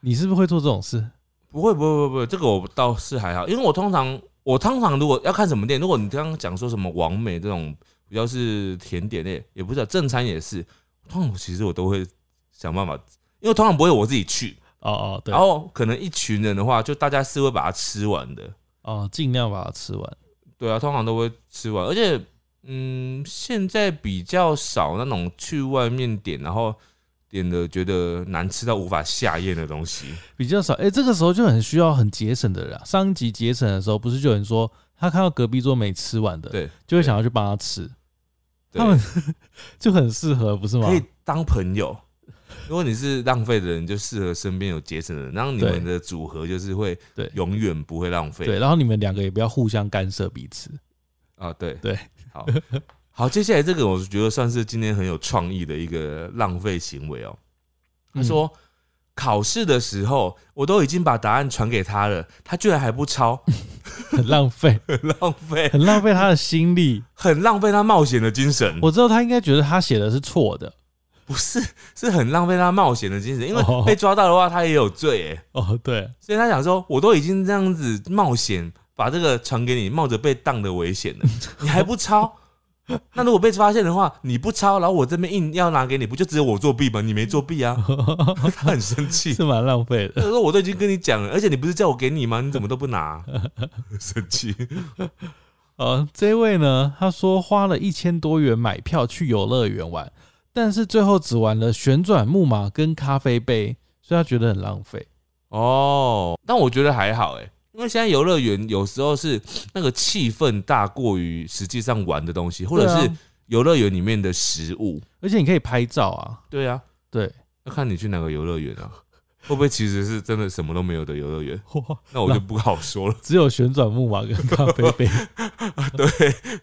[SPEAKER 1] 你是不是会做这种事？
[SPEAKER 2] 不会，不会，不会，这个我倒是还好，因为我通常我通常如果要看什么店，如果你刚刚讲说什么王美这种比较是甜点类，也不是啊正餐也是，通常其实我都会想办法，因为通常不会我自己去，
[SPEAKER 1] 哦哦，对
[SPEAKER 2] 然，后可能一群人的话，就大家是会把它吃完的，
[SPEAKER 1] 哦，尽量把它吃完。
[SPEAKER 2] 对啊，通常都会吃完，而且嗯，现在比较少那种去外面点，然后点的觉得难吃到无法下咽的东西。
[SPEAKER 1] 比较少。哎、这个时候就很需要很节省的人、啊。上一集节省的时候，不是就有人说他看到隔壁桌没吃完的，
[SPEAKER 2] 对，
[SPEAKER 1] 就会想要去帮他吃，
[SPEAKER 2] 对
[SPEAKER 1] 他们就很适合，不是吗
[SPEAKER 2] 可？以当朋友。如果你是浪费的人，就适合身边有节省的人，然后你
[SPEAKER 1] 对
[SPEAKER 2] 们的组合就是会
[SPEAKER 1] 对
[SPEAKER 2] 永远不会浪费。
[SPEAKER 1] 对，然后你们两个也不要互相干涉彼此。
[SPEAKER 2] 啊，对
[SPEAKER 1] 对，
[SPEAKER 2] 好好，接下来这个我觉得算是今天很有创意的一个浪费行为哦。
[SPEAKER 1] 嗯
[SPEAKER 2] 他说、考试的时候，我都已经把答案传给他了，他居然还不抄，
[SPEAKER 1] 很浪费，
[SPEAKER 2] 很浪费，
[SPEAKER 1] 很浪费他的心力。
[SPEAKER 2] 很浪费他冒险的精神。
[SPEAKER 1] 我知道他应该觉得他写的是错的。
[SPEAKER 2] 不是，是很浪费他冒险的精神，因
[SPEAKER 1] 哦
[SPEAKER 2] 为被抓到的话，他也有罪欸耶。
[SPEAKER 1] 哦，对，
[SPEAKER 2] 所以他想说，我都已经这样子冒险把这个传给你，冒着被当的危险了， 你还不抄？那如果被发现的话，你不抄，然后我这边硬要拿给你，不就只有我作弊吗？你没作弊啊！他很生气，
[SPEAKER 1] 是蛮浪费
[SPEAKER 2] 他
[SPEAKER 1] 的。
[SPEAKER 2] 说我都已经跟你讲了，而且你不是叫我给你吗？你怎么都不拿？ 生气，
[SPEAKER 1] 呃，这位呢，他说花了一千多元买票去游乐园玩，但是最后只玩了旋转木马跟咖啡杯，所以他觉得很浪费。
[SPEAKER 2] 哦，但我觉得还好哎、因为现在游乐园有时候是那个气氛大过于实际上玩的东西，或者
[SPEAKER 1] 对啊
[SPEAKER 2] 是游乐园里面的食物。
[SPEAKER 1] 而且你可以拍照啊，
[SPEAKER 2] 对啊，
[SPEAKER 1] 对，
[SPEAKER 2] 要看你去哪个游乐园啊，会不会其实是真的什么都没有的游乐园？
[SPEAKER 1] 哇，
[SPEAKER 2] 那我就不好说 了，
[SPEAKER 1] 只有旋转木马跟咖啡杯。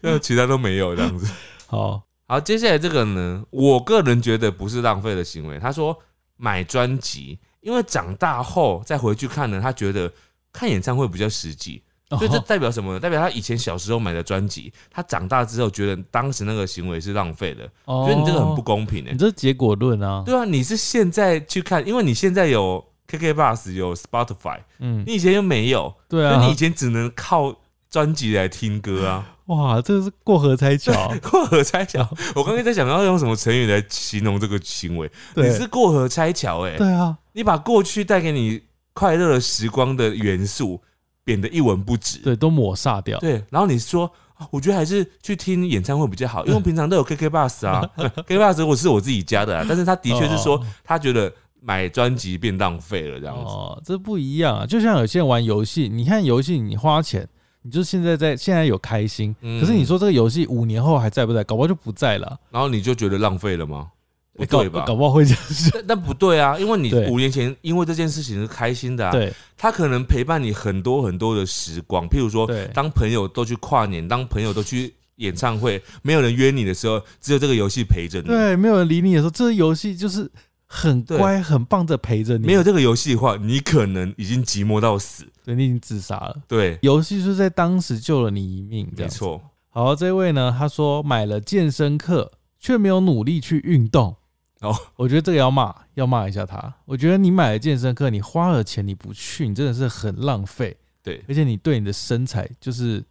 [SPEAKER 2] 那其他都没有这样子。
[SPEAKER 1] 好，
[SPEAKER 2] 好，接下来这个呢，我个人觉得不是浪费的行为。他说买专辑，因为长大后再回去看呢，他觉得看演唱会比较实际。所以这
[SPEAKER 1] 哦
[SPEAKER 2] 代表什么呢？代表他以前小时候买的专辑，他长大之后觉得当时那个行为是浪费的，
[SPEAKER 1] 哦
[SPEAKER 2] 觉得你这个很不，公平哎、
[SPEAKER 1] 你这是结果论啊，
[SPEAKER 2] 对啊，你是现在去看，因为你现在有 KK Bus 有 Spotify，
[SPEAKER 1] 嗯，
[SPEAKER 2] 你以前又没有，
[SPEAKER 1] 对
[SPEAKER 2] 所
[SPEAKER 1] 啊
[SPEAKER 2] 以你以，前只能靠专辑来听歌啊。
[SPEAKER 1] 哇，这个是过河拆桥，
[SPEAKER 2] 过河拆桥，我刚刚在想要用什么成语来形容这个行为，你
[SPEAKER 1] 对，
[SPEAKER 2] 是过河拆桥哎，
[SPEAKER 1] 对啊，
[SPEAKER 2] 你把过去带给你快乐的时光的元素贬得一文不值。
[SPEAKER 1] 对，都抹煞掉，
[SPEAKER 2] 对，然后你说，啊我觉得还是去听演唱会比较好，因为平常都有 KK Bus 啊，KK Bus 我是我自己家的啊，但是他的确是说
[SPEAKER 1] 哦
[SPEAKER 2] 他觉得买专辑变浪费了这样子，
[SPEAKER 1] 哦，这不一样啊，就像有些人玩游戏，你看游戏你花钱。你就现在在现在有开心，
[SPEAKER 2] 嗯
[SPEAKER 1] 可是你说这个游戏五年后还在不在？搞不好就不在了，
[SPEAKER 2] 然后你就觉得浪费了吗？不
[SPEAKER 1] 欸搞
[SPEAKER 2] 对吧
[SPEAKER 1] 搞？不好会这样想。
[SPEAKER 2] 但但不对啊，因为你
[SPEAKER 1] 对
[SPEAKER 2] 五年前因为这件事情是开心的啊，
[SPEAKER 1] 对
[SPEAKER 2] 他可能陪伴你很多很多的时光，譬如说
[SPEAKER 1] 对
[SPEAKER 2] 当朋友都去跨年，当朋友都去演唱会，没有人约你的时候，只有这个游戏陪着你。
[SPEAKER 1] 对，没有人理你的时候，这个游戏就是很
[SPEAKER 2] 对
[SPEAKER 1] 乖、很棒的陪着你。
[SPEAKER 2] 没有，这个游戏的话，你可能已经寂寞到死。
[SPEAKER 1] 对你已经自杀了。
[SPEAKER 2] 对，
[SPEAKER 1] 游戏是在当时救了你一命，这
[SPEAKER 2] 没
[SPEAKER 1] 样。
[SPEAKER 2] 错，
[SPEAKER 1] 好，这位呢，他说买了健身课，却没有努力去运动。
[SPEAKER 2] 哦，
[SPEAKER 1] 我觉得这个要骂，要骂一下他。我觉得你买了健身课，你花了钱你不去，你真的是很浪费，
[SPEAKER 2] 对，
[SPEAKER 1] 而且你对你的身材就是，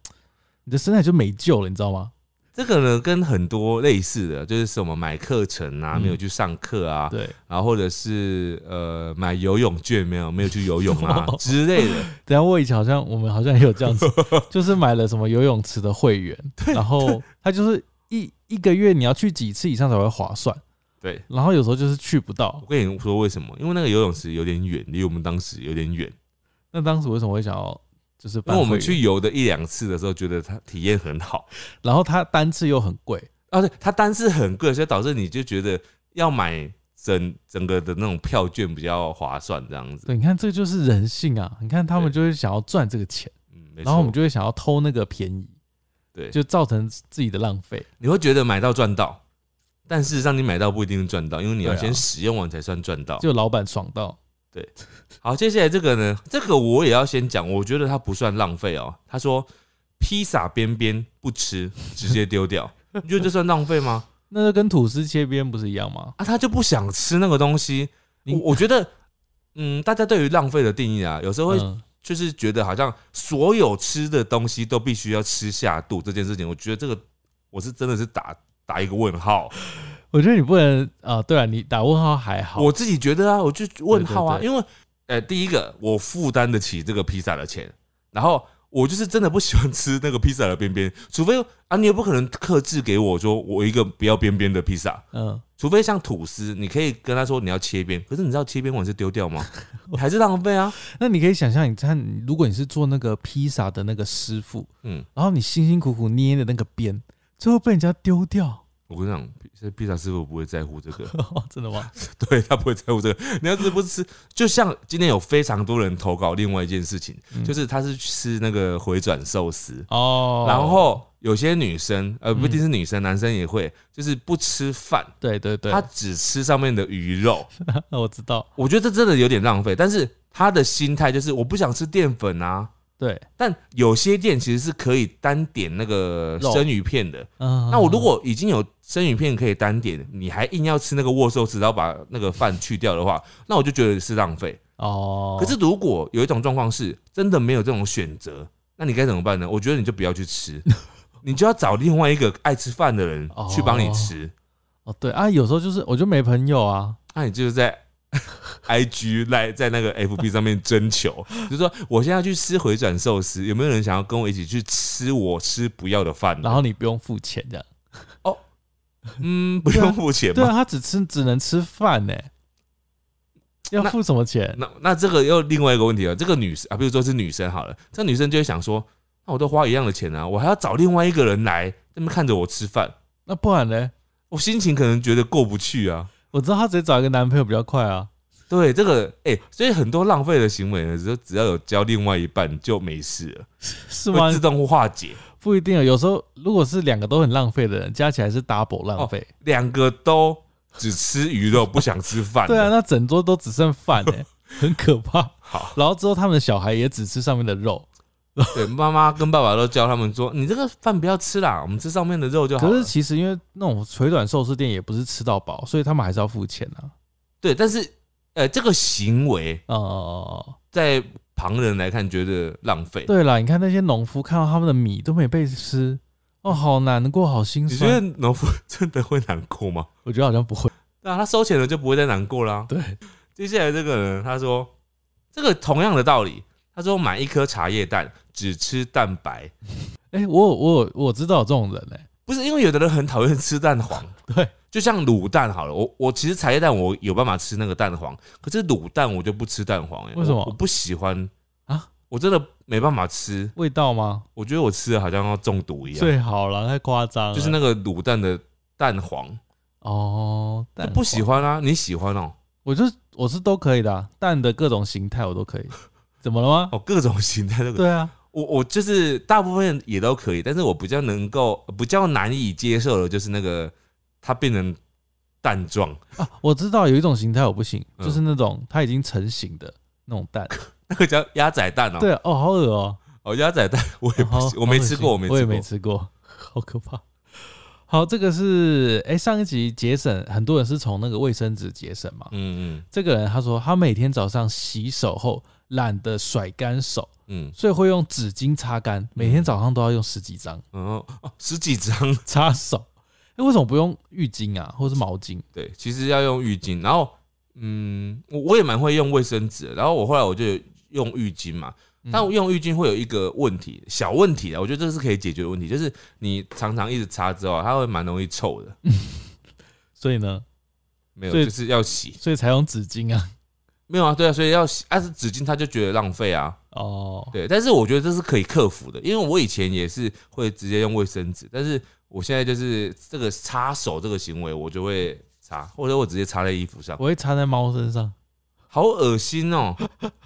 [SPEAKER 1] 你的身材就没救了，你知道吗？
[SPEAKER 2] 这个呢跟很多类似的，就是什么买课程啊，
[SPEAKER 1] 嗯
[SPEAKER 2] 没有去上课啊，
[SPEAKER 1] 对
[SPEAKER 2] 然后或者是呃买游泳券没有没有去游泳 啊之类的，
[SPEAKER 1] 等一下我以前好像我们好像也有这样 子，就是买了什么游泳池的会员，然后他就是一一个月你要去几次以上才会划算，
[SPEAKER 2] 对。
[SPEAKER 1] 然后有时候就是去不到
[SPEAKER 2] 我。跟你说为什么？因为那个游泳池有点远，离我们当时有点远。
[SPEAKER 1] 那当时为什么会想要就是
[SPEAKER 2] 因
[SPEAKER 1] 办
[SPEAKER 2] 为
[SPEAKER 1] 会员？
[SPEAKER 2] 我们去游的一两次的时候，觉得它体验很好
[SPEAKER 1] 然后它单次又很贵，
[SPEAKER 2] 啊，对，它单次很贵，所以导致你就觉得要买整整个的那种票券比较划算，这样子。
[SPEAKER 1] 对，你看这就是人性啊！你看他们
[SPEAKER 2] 对
[SPEAKER 1] 就会想要赚这个钱，
[SPEAKER 2] 嗯，没
[SPEAKER 1] 然后我们
[SPEAKER 2] 错，
[SPEAKER 1] 就会想要偷那个便宜，
[SPEAKER 2] 对，
[SPEAKER 1] 就造成自己的浪费。
[SPEAKER 2] 你会觉得买到赚到，但事实上你买到不一定赚到，因为你要
[SPEAKER 1] 对啊
[SPEAKER 2] 先使用完才算赚到。
[SPEAKER 1] 就老板爽到，
[SPEAKER 2] 好，接下来这个呢，这个我也要先讲，我觉得它不算浪费哦。他说披萨边边不吃，直接丢掉，你觉得这算浪费吗？
[SPEAKER 1] 那就跟吐司切边不是一样吗？
[SPEAKER 2] 啊，他就不想吃那个东西。
[SPEAKER 1] 你
[SPEAKER 2] 我我觉得，嗯，大家对于浪费的定义啊，有时候会
[SPEAKER 1] 嗯
[SPEAKER 2] 就是觉得好像所有吃的东西都必须要吃下肚这件事情，我觉得这个我是真的是打打一个问号。
[SPEAKER 1] 我觉得你不能啊、对啊，你打问号还好，
[SPEAKER 2] 我自己觉得啊，我就问号啊，
[SPEAKER 1] 对对
[SPEAKER 2] 因为呃，第一个我负担得起这个披萨的钱，然后我就是真的不喜欢吃那个披萨的边边，除非啊，你也不可能克制给我说我一个不要边边的披萨。
[SPEAKER 1] 嗯，
[SPEAKER 2] 除非像吐司，你可以跟他说你要切边，可是你知道切边碗是丢掉 吗？还是浪费啊？
[SPEAKER 1] 那你可以想象，你看，如果你是做那个披萨的那个师傅，
[SPEAKER 2] 嗯，
[SPEAKER 1] 然后你辛辛苦苦捏的那个边，最后被人家丢掉， 哦
[SPEAKER 2] 我跟你讲，披披萨师傅不会在乎这个，
[SPEAKER 1] 真的吗？
[SPEAKER 2] 对他不会在乎这个。你要是不吃，就像今天有非常多人投稿另外一件事情，
[SPEAKER 1] 嗯
[SPEAKER 2] 就是他是吃那个回转寿司，
[SPEAKER 1] 哦，嗯
[SPEAKER 2] 然后有些女生，呃，不一定是女生，男生也会，就是不吃饭，
[SPEAKER 1] 对对对，
[SPEAKER 2] 他只吃上面的鱼肉。
[SPEAKER 1] 呃我知道，
[SPEAKER 2] 我觉得这真的有点浪费，但是他的心态就是我不想吃淀粉啊。
[SPEAKER 1] 对，
[SPEAKER 2] 但有些店其实是可以单点那个
[SPEAKER 1] 肉
[SPEAKER 2] 生鱼片的。
[SPEAKER 1] 嗯，
[SPEAKER 2] 那我如果已经有生鱼片可以单点，你还硬要吃那个握寿司，然后把那个饭去掉的话，那我就觉得是浪费。
[SPEAKER 1] 哦，
[SPEAKER 2] 可是如果有一种状况是真的没有这种选择，那你该怎么办呢？我觉得你就不要 去吃，你就要找另外一个爱吃饭的人
[SPEAKER 1] 哦
[SPEAKER 2] 去帮你吃。
[SPEAKER 1] 哦对啊，有时候就是我就没朋友啊，
[SPEAKER 2] 那你就是在 I G 来在那个 F B 上面征求，就是说我现在要去吃回转寿司，有没有人想要跟我一起去吃我吃不要的饭？
[SPEAKER 1] 然后你不用付钱这样，
[SPEAKER 2] 嗯，不用付钱
[SPEAKER 1] 对啊，
[SPEAKER 2] 吗？
[SPEAKER 1] 他只吃只能吃饭呢、要
[SPEAKER 2] 那嗯
[SPEAKER 1] 付什么钱？
[SPEAKER 2] 那那这个又另外一个问题了。这个女生啊，比如说是女生好了，这个女生就会想说，那我都花一样的钱啊，我还要找另外一个人来那边看着我吃饭，
[SPEAKER 1] 那不然呢？
[SPEAKER 2] 我心情可能觉得过不去啊。
[SPEAKER 1] 我知道他直接找一个男朋友比较快啊。
[SPEAKER 2] 对这 个，哎、所以很多浪费的行为呢，只只要有交另外一半就没事了，
[SPEAKER 1] 是吗
[SPEAKER 2] 会？自动化解。
[SPEAKER 1] 不一定啊，有时候如果是两个都很浪费的人，加起来是 double
[SPEAKER 2] 哦
[SPEAKER 1] 浪费。
[SPEAKER 2] 两个都只吃鱼肉，不想吃饭。
[SPEAKER 1] 对啊，，那整桌都只剩饭 哎、很可怕。
[SPEAKER 2] 好，
[SPEAKER 1] 然后之后他们的小孩也只吃上面的肉，
[SPEAKER 2] 对，妈妈跟爸爸都教他们说，你这个饭不要吃啦，我们吃上面的肉就好
[SPEAKER 1] 可是
[SPEAKER 2] 了。
[SPEAKER 1] 其实因为那种腿短寿司店也不是吃到饱，所以他们还是要付钱啊。
[SPEAKER 2] 对，但是呃，这个行为
[SPEAKER 1] 哦哦哦，
[SPEAKER 2] 在旁人来看觉得浪费。
[SPEAKER 1] 对啦，你看那些农夫看到他们的米都没被吃，哦，好难过，好心
[SPEAKER 2] 嗯你觉得
[SPEAKER 1] 酸。
[SPEAKER 2] 农夫真的会难过吗？
[SPEAKER 1] 我觉得好像不会。
[SPEAKER 2] 对啊，他收钱了就不会再难过啦。
[SPEAKER 1] 对，
[SPEAKER 2] 接下来这个呢，他说这个同样的道理，他说买一颗茶叶蛋只吃蛋白，
[SPEAKER 1] 哎、我有我有我知道有这种人哎、
[SPEAKER 2] 不是因为有的人很讨厌吃蛋 黄，
[SPEAKER 1] 对，
[SPEAKER 2] 就像卤蛋好了，我我其实茶叶蛋我有办法吃那个蛋黄，可是卤蛋我就不吃蛋黄、欸，
[SPEAKER 1] 为什么
[SPEAKER 2] 我？我不喜欢
[SPEAKER 1] 啊
[SPEAKER 2] 啊，我真的没办法吃，
[SPEAKER 1] 味道吗？
[SPEAKER 2] 我觉得我吃了好像要中毒一样，
[SPEAKER 1] 最好了，太夸张了。
[SPEAKER 2] 就是那个卤蛋的蛋黄，
[SPEAKER 1] 哦，
[SPEAKER 2] 我
[SPEAKER 1] 蛋
[SPEAKER 2] 不喜
[SPEAKER 1] 黄，
[SPEAKER 2] 欢啊，你喜欢哦、
[SPEAKER 1] 我就我是都可以的啊、蛋的各种形态我都可 以。怎么了吗？
[SPEAKER 2] 哦，各种形态都
[SPEAKER 1] 啊
[SPEAKER 2] 可以，
[SPEAKER 1] 对啊，
[SPEAKER 2] 我我就是大部分也都可以，但是我比较能够比较难以接受的就是那个它变成蛋状，
[SPEAKER 1] 啊，我知道有一种形态我不行，
[SPEAKER 2] 嗯
[SPEAKER 1] 就是那种它已经成型的那种蛋。
[SPEAKER 2] 那个叫鸭仔蛋哦、
[SPEAKER 1] 对啊哦，好恶哦、
[SPEAKER 2] 哦鸭仔蛋 我也不
[SPEAKER 1] 好
[SPEAKER 2] 喜，我没
[SPEAKER 1] 好恶
[SPEAKER 2] 吃
[SPEAKER 1] 心
[SPEAKER 2] 过，我没
[SPEAKER 1] 我也
[SPEAKER 2] 吃过
[SPEAKER 1] 没，吃过， 好可怕。好，这个是哎、诶上一集节省，很多人是从那个卫生纸节省嘛。
[SPEAKER 2] 嗯嗯
[SPEAKER 1] 这个人他说，他每天早上洗手后懒得甩干手，
[SPEAKER 2] 嗯。
[SPEAKER 1] 所以会用纸巾擦干，每天早上都要用十几张
[SPEAKER 2] 哦，哦，十几张，
[SPEAKER 1] 擦手。哎、为什么不用浴巾啊，或是毛巾？
[SPEAKER 2] 对，其实要用浴巾，然后，嗯，我我也蛮会用卫生纸的，然后我后来我就有用浴巾嘛，
[SPEAKER 1] 嗯
[SPEAKER 2] 但我用浴巾会有一个问题，小问题啊，我觉得这个是可以解决的问题，就是你常常一直擦之后啊，它会蛮容易臭的，
[SPEAKER 1] 所以呢，
[SPEAKER 2] 没有，
[SPEAKER 1] 所以
[SPEAKER 2] 就是要洗，
[SPEAKER 1] 所以才用纸巾 啊。
[SPEAKER 2] 没有啊，对啊，所以要洗，但是纸巾它就觉得浪费啊，
[SPEAKER 1] 哦，
[SPEAKER 2] 对，但是我觉得这是可以克服的，因为我以前也是会直接用卫生纸，但是我现在就是这个擦手这个行为，我就会擦，或者我直接擦在衣服上。
[SPEAKER 1] 我会擦在猫身上。
[SPEAKER 2] 好恶心哦！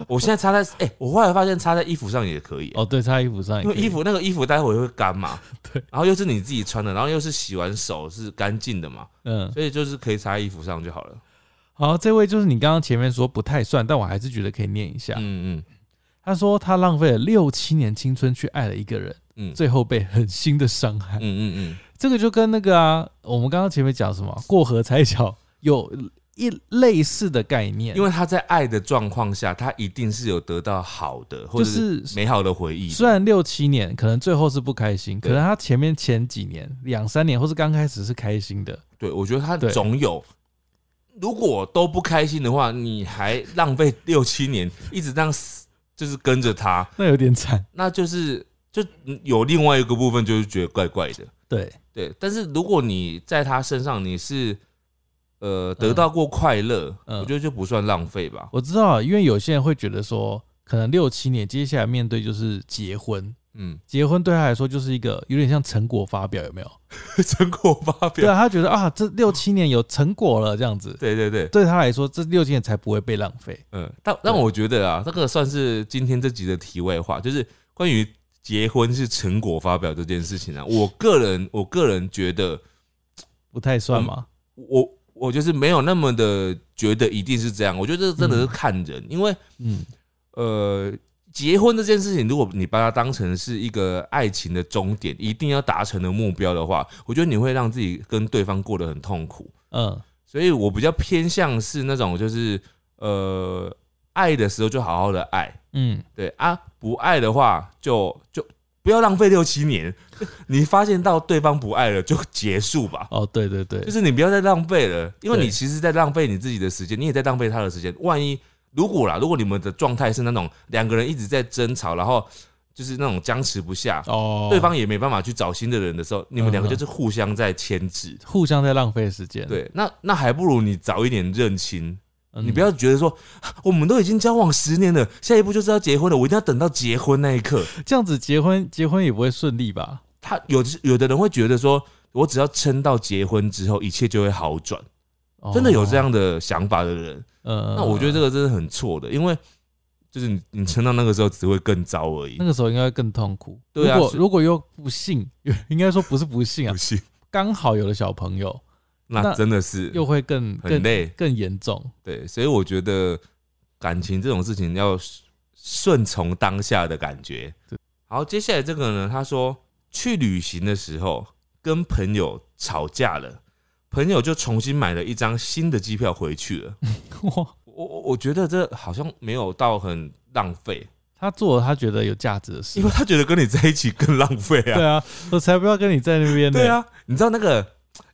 [SPEAKER 2] 我现在擦在，哎、我后来发现擦在衣服上也可以，
[SPEAKER 1] 哦，对，擦衣服上也
[SPEAKER 2] 因
[SPEAKER 1] 可
[SPEAKER 2] 为
[SPEAKER 1] 以。
[SPEAKER 2] 衣服那个衣服待会会干嘛，
[SPEAKER 1] 对，
[SPEAKER 2] 然后又是你自 己穿的，然后又是洗完手是干净的嘛，
[SPEAKER 1] 嗯，
[SPEAKER 2] 所以就是可以擦在衣服上就好了。
[SPEAKER 1] 好，这位就是你刚刚前面说不太算，但我还是觉得可以念一下。
[SPEAKER 2] 嗯嗯
[SPEAKER 1] 他说他浪费了六七年青春去爱了一个人，
[SPEAKER 2] 嗯
[SPEAKER 1] 最后被狠心的伤害。
[SPEAKER 2] 嗯嗯
[SPEAKER 1] 这个就跟那个啊，我们刚刚前面讲什么过河拆桥有一类似的概念，
[SPEAKER 2] 嗯，因为他在爱的状况下，他一定是有得到好的或
[SPEAKER 1] 就
[SPEAKER 2] 者
[SPEAKER 1] 是
[SPEAKER 2] 美好的回忆的。
[SPEAKER 1] 虽然六七年可能最后是不开心，可
[SPEAKER 2] 对
[SPEAKER 1] 能他前面前几年两三年或是刚开始是开心的，
[SPEAKER 2] 对，我觉得他
[SPEAKER 1] 对
[SPEAKER 2] 总有。如果都不开心的话，你还浪费六七年一直这样死，就是跟着他，
[SPEAKER 1] 那有点惨。
[SPEAKER 2] 那就是就有另外一个部分就是觉得怪怪的。
[SPEAKER 1] 对，
[SPEAKER 2] 对，但是如果你在他身上你是呃得到过快乐，
[SPEAKER 1] 嗯
[SPEAKER 2] 我觉得就不算浪费吧。
[SPEAKER 1] 我知道，因为有些人会觉得说，可能六七年接下来面对就是结婚，
[SPEAKER 2] 嗯，
[SPEAKER 1] 结婚对他来说就是一个有点像成果发表，有没有？
[SPEAKER 2] 成果发
[SPEAKER 1] 对
[SPEAKER 2] 表，
[SPEAKER 1] 啊，他觉得啊，这六七年有成果了，这样子，
[SPEAKER 2] 对对对，
[SPEAKER 1] 对他来说，这六七年才不会被浪费。
[SPEAKER 2] 嗯，但但我觉得啊，这个算是今天这集的题外话，就是关于结婚是成果发表这件事情啊。我个人，我个人觉得
[SPEAKER 1] 不太
[SPEAKER 2] 嗯
[SPEAKER 1] 算嘛，
[SPEAKER 2] 我。我就是没有那么的觉得一定是这样，我觉得这真的是
[SPEAKER 1] 嗯
[SPEAKER 2] 看人，因为
[SPEAKER 1] 嗯，
[SPEAKER 2] 呃，结婚这件事情，如果你把它当成是一个爱情的终点，一定要达成的目标的话，我觉得你会让自己跟对方过得很痛苦。
[SPEAKER 1] 嗯，
[SPEAKER 2] 所以我比较偏向是那种，就是呃，爱的时候就好好的爱，
[SPEAKER 1] 嗯，
[SPEAKER 2] 对啊，不爱的话就就不要浪费六七年。 你发现到对方不爱了，就结束吧。
[SPEAKER 1] 哦，对对对
[SPEAKER 2] 就，是你不要再浪费了，因为
[SPEAKER 1] 对
[SPEAKER 2] 你其实在浪费你自己的时间，你也在浪费他的时间。万一如果啦，如果你们的状态是那种两个人一直在争吵，然后就是那种僵持不下，
[SPEAKER 1] 哦，
[SPEAKER 2] 对方也没办法去找新的人的时候，你们两
[SPEAKER 1] 嗯
[SPEAKER 2] 个就是互相在牵制。
[SPEAKER 1] 互相在浪费时间，，
[SPEAKER 2] 对，那那还不如你早一点认清，
[SPEAKER 1] 嗯
[SPEAKER 2] 你不要觉得说啊我们都已经交往十年了，下一步就是要结婚了，我一定要等到结婚那一刻。
[SPEAKER 1] 这样子结婚，结婚也不会顺利吧？
[SPEAKER 2] 他有有的人会觉得说，我只要撑到结婚之后，一切就会好转，
[SPEAKER 1] 哦
[SPEAKER 2] 真的有这样的想法的人。
[SPEAKER 1] 嗯
[SPEAKER 2] 那我觉得这个真的很错的，因为就是你你撑到那个时候只会更糟而已
[SPEAKER 1] 那。个时候应该会更痛苦。
[SPEAKER 2] 对啊
[SPEAKER 1] 如果
[SPEAKER 2] 是
[SPEAKER 1] 如果又不幸， 应该说不是不幸啊
[SPEAKER 2] 不，信，
[SPEAKER 1] 刚好有了小朋友， 那
[SPEAKER 2] 那真的是
[SPEAKER 1] 又会更
[SPEAKER 2] 很
[SPEAKER 1] 更
[SPEAKER 2] 累。
[SPEAKER 1] 更严重。
[SPEAKER 2] 对，所以我觉得感情这种事情要顺从当下的感觉
[SPEAKER 1] 对。
[SPEAKER 2] 好，接下来这个呢，他说去旅行的时候跟朋友吵架了，朋友就重新买了一张新的机票回 去了。
[SPEAKER 1] 哇，
[SPEAKER 2] 我我我觉得这好像没有到很浪费，
[SPEAKER 1] 他做了他觉得有价值的事
[SPEAKER 2] 因，为他觉得跟你在一起更浪费啊。
[SPEAKER 1] 啊对啊，我才不要跟你在那边呢。
[SPEAKER 2] 对，啊，你知道那个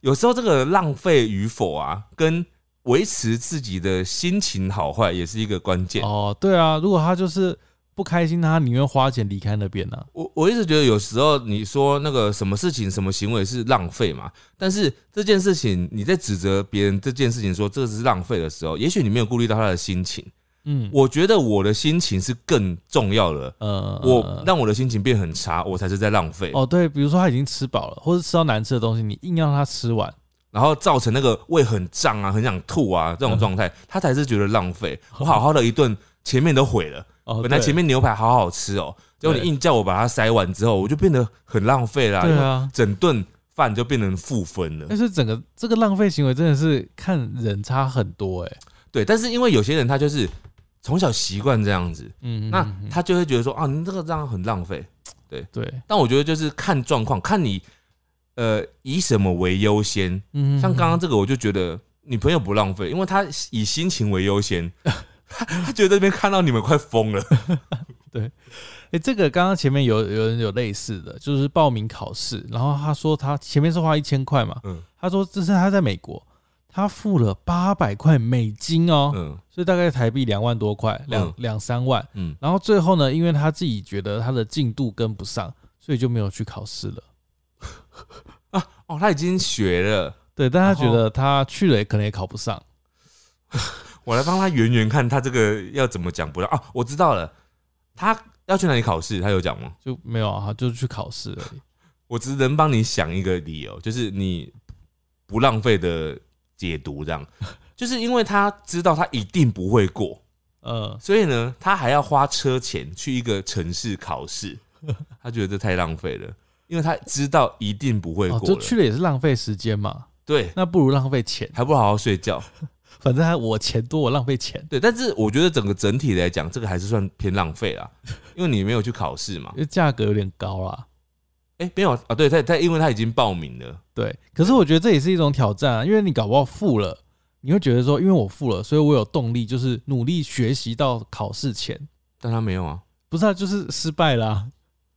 [SPEAKER 2] 有时候这个浪费与否啊，跟维持自己的心情好坏也是一个关键。
[SPEAKER 1] 哦，对啊，如果他就是不开心，他宁愿花钱离开那边啊呢。
[SPEAKER 2] 我我一直觉得有时候你说那个什么事情什么行为是浪费嘛，但是这件事情你在指责别人这件事情说这是浪费的时候，也许你没有顾虑到他的心情。
[SPEAKER 1] 嗯，
[SPEAKER 2] 我觉得我的心情是更重要的，
[SPEAKER 1] 呃，
[SPEAKER 2] 我让我的心情变很差，我才是在浪费，
[SPEAKER 1] 哦对，比如说他已经吃饱了，或者吃到难吃的东西，你硬要他吃完，
[SPEAKER 2] 然后造成那个胃很胀啊，很想吐啊
[SPEAKER 1] 嗯
[SPEAKER 2] 这种状态，他才是觉得 浪费。我好好的一顿，前面都毁了，
[SPEAKER 1] 哦，
[SPEAKER 2] 本来
[SPEAKER 1] 对
[SPEAKER 2] 前面牛排好好吃哦，结果你
[SPEAKER 1] 对
[SPEAKER 2] 硬叫我把它塞完之后，我就变得很浪费啦。
[SPEAKER 1] 对，啊，嗯
[SPEAKER 2] 整顿饭就变成负分了
[SPEAKER 1] 但。是整个这个浪费行为真的是看人差很多哎、欸。
[SPEAKER 2] 对，但是因为有些人他就是从小习惯这样子，
[SPEAKER 1] 嗯，
[SPEAKER 2] 那
[SPEAKER 1] 嗯嗯
[SPEAKER 2] 他就会觉得说啊，你这个这样很浪费。
[SPEAKER 1] 对，
[SPEAKER 2] 但我觉得就是看状况，看你呃以什么为优先。
[SPEAKER 1] 嗯
[SPEAKER 2] 像刚刚这个，我就觉得女朋友不浪费，因为她以心情为优先。 她觉得这边看到你们快疯了，
[SPEAKER 1] 哎、诶这个刚刚前面有有人有类似的，就是报名考试，然后他说他前面是花一千块嘛，
[SPEAKER 2] 嗯
[SPEAKER 1] 他说这是他在美国，他付了八百块美金哦，
[SPEAKER 2] 嗯
[SPEAKER 1] 所以大概台币两万多块，两
[SPEAKER 2] 嗯
[SPEAKER 1] 两三万，
[SPEAKER 2] 嗯，
[SPEAKER 1] 然后最后呢，因为他自己觉得他的进度跟不上，所以就没有去考试了。
[SPEAKER 2] 哦，她已经学了，
[SPEAKER 1] 对，但他觉
[SPEAKER 2] 然后
[SPEAKER 1] 得他去了也可能也考不上，
[SPEAKER 2] 我来帮她圆圆看，她这个要怎么讲不到啊？我知道了，她要去哪里考试？她有讲吗？
[SPEAKER 1] 就没有啊，他就去考试而已。
[SPEAKER 2] 我只能帮你想一个理由，就是你不浪费的解读，这样， 就是因为她知道她一定不会过，
[SPEAKER 1] 嗯，
[SPEAKER 2] 所以呢，他还要花车钱去一个城市 考试，他觉得这太浪费了，因为他知道一定不会
[SPEAKER 1] 哦，
[SPEAKER 2] 过
[SPEAKER 1] 就
[SPEAKER 2] 了，
[SPEAKER 1] 去了也是浪费时间嘛，
[SPEAKER 2] 对，
[SPEAKER 1] 那不如浪费钱。
[SPEAKER 2] 还不好好睡觉，
[SPEAKER 1] 反正他我钱多，我浪费钱。
[SPEAKER 2] 对，但是我觉得整个整体来讲，这个还是算偏浪费 啦，因为你没有去考试嘛
[SPEAKER 1] 因。为价格有点高啦。
[SPEAKER 2] 哎、没有啊，对他他因为他已经报名了，
[SPEAKER 1] 对，可是我觉得这也是一种挑战啊，因为你搞不好付了，你会觉得说，因为我付了，所以我有动力，就是努力学习到考试前。
[SPEAKER 2] 但他没有啊。
[SPEAKER 1] 不是啊，就是失败啦、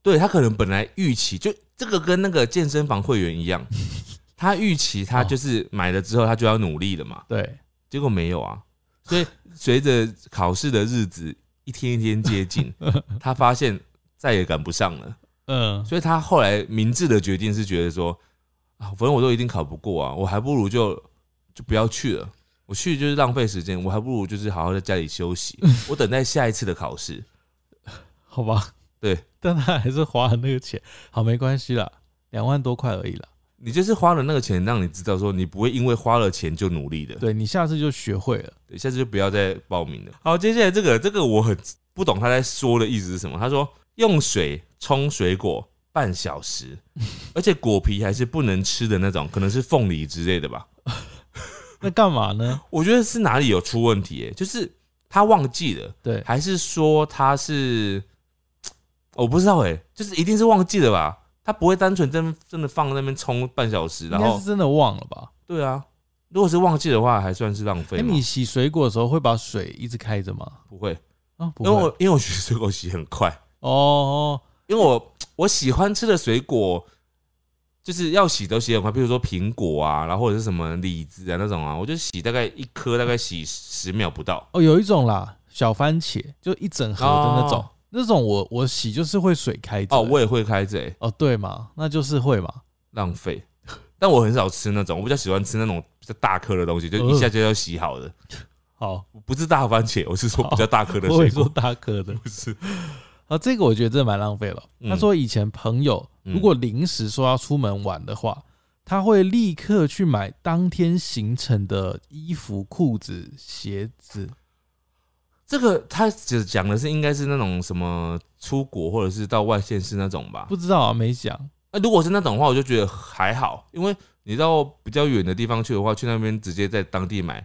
[SPEAKER 2] 对他可能本来预期就这个跟那个健身房会员 一样，他预期他就是买了之后他就要努力了嘛，
[SPEAKER 1] 对，
[SPEAKER 2] 结果没有啊。所以随着考试的日子一天一天接近，他发现再也赶不上了。
[SPEAKER 1] 嗯，
[SPEAKER 2] 所以他后来明智的决定是觉得说，啊，反正我都一定考不过啊，我还不如就就不要去了，我去就是浪费时间，我还不如就是好好在家里休息，我等待下一次的考试。
[SPEAKER 1] 好吧。
[SPEAKER 2] 对，
[SPEAKER 1] 但他还是花了那个钱，好，没关系啦，两万多块而已啦。
[SPEAKER 2] 你就是花了那个钱，让你知道说你不会因为花了钱就努力的，
[SPEAKER 1] 对你下次就学会了。
[SPEAKER 2] 对，下次就不要再报名了。好，接下来这个这个我很不懂他在说的意思是什么，他说用水冲水果半小 时，而且果皮还是不能吃的那种，可能是凤梨之类的吧。
[SPEAKER 1] 那干嘛 呢？
[SPEAKER 2] 我觉得是哪里有出问题、欸，就是他忘记了，
[SPEAKER 1] 对，
[SPEAKER 2] 还是说他是我不知道哎、就是一定是忘记了吧？他不会单纯真真的放在那边冲半小时，
[SPEAKER 1] 应
[SPEAKER 2] 然
[SPEAKER 1] 该
[SPEAKER 2] 后
[SPEAKER 1] 是真的忘了吧？
[SPEAKER 2] 对啊，如果是忘记的话，还算是浪
[SPEAKER 1] 哎、
[SPEAKER 2] 费吗
[SPEAKER 1] 你？洗水果的时候会把水一直开着吗？
[SPEAKER 2] 不会，
[SPEAKER 1] 啊，不
[SPEAKER 2] 因
[SPEAKER 1] 会
[SPEAKER 2] 为我因为我觉得水果洗很快，
[SPEAKER 1] 哦哦，
[SPEAKER 2] 因为我我喜欢吃的水果。就是要洗都洗很快，比如说苹果啊，然后或者是什么李子啊那种啊，我就洗大概一颗，大概洗十秒不到。
[SPEAKER 1] 哦，有一种啦，小番茄，就一整盒的那种，
[SPEAKER 2] 哦
[SPEAKER 1] 那种我我洗就是会水开着、
[SPEAKER 2] 哦，我也会开着、欸，
[SPEAKER 1] 哦对嘛，那就是会嘛，
[SPEAKER 2] 浪费。但我很少吃那种，我比较喜欢吃那种比较大颗的东西，就
[SPEAKER 1] 嗯
[SPEAKER 2] 一下就要洗好的。
[SPEAKER 1] 好，
[SPEAKER 2] 不是大番茄，我是说比较大颗 的
[SPEAKER 1] 哦我
[SPEAKER 2] 水
[SPEAKER 1] 也说
[SPEAKER 2] 果。
[SPEAKER 1] 大颗的，
[SPEAKER 2] 不是，
[SPEAKER 1] 啊，这个我觉得真的蛮浪费了。
[SPEAKER 2] 嗯
[SPEAKER 1] 他说以前朋友
[SPEAKER 2] 嗯
[SPEAKER 1] 如果临时说要出门玩的话，他会立刻去买当天行程的衣服、裤子、鞋子。
[SPEAKER 2] 这个他只讲的是应该是那种什么出国或者是到外县市那种吧。
[SPEAKER 1] 不知道啊，没讲。
[SPEAKER 2] 那如果是那种的话，我就觉得还好，因为你到比较远的地方去的话，去那边直接在当地买，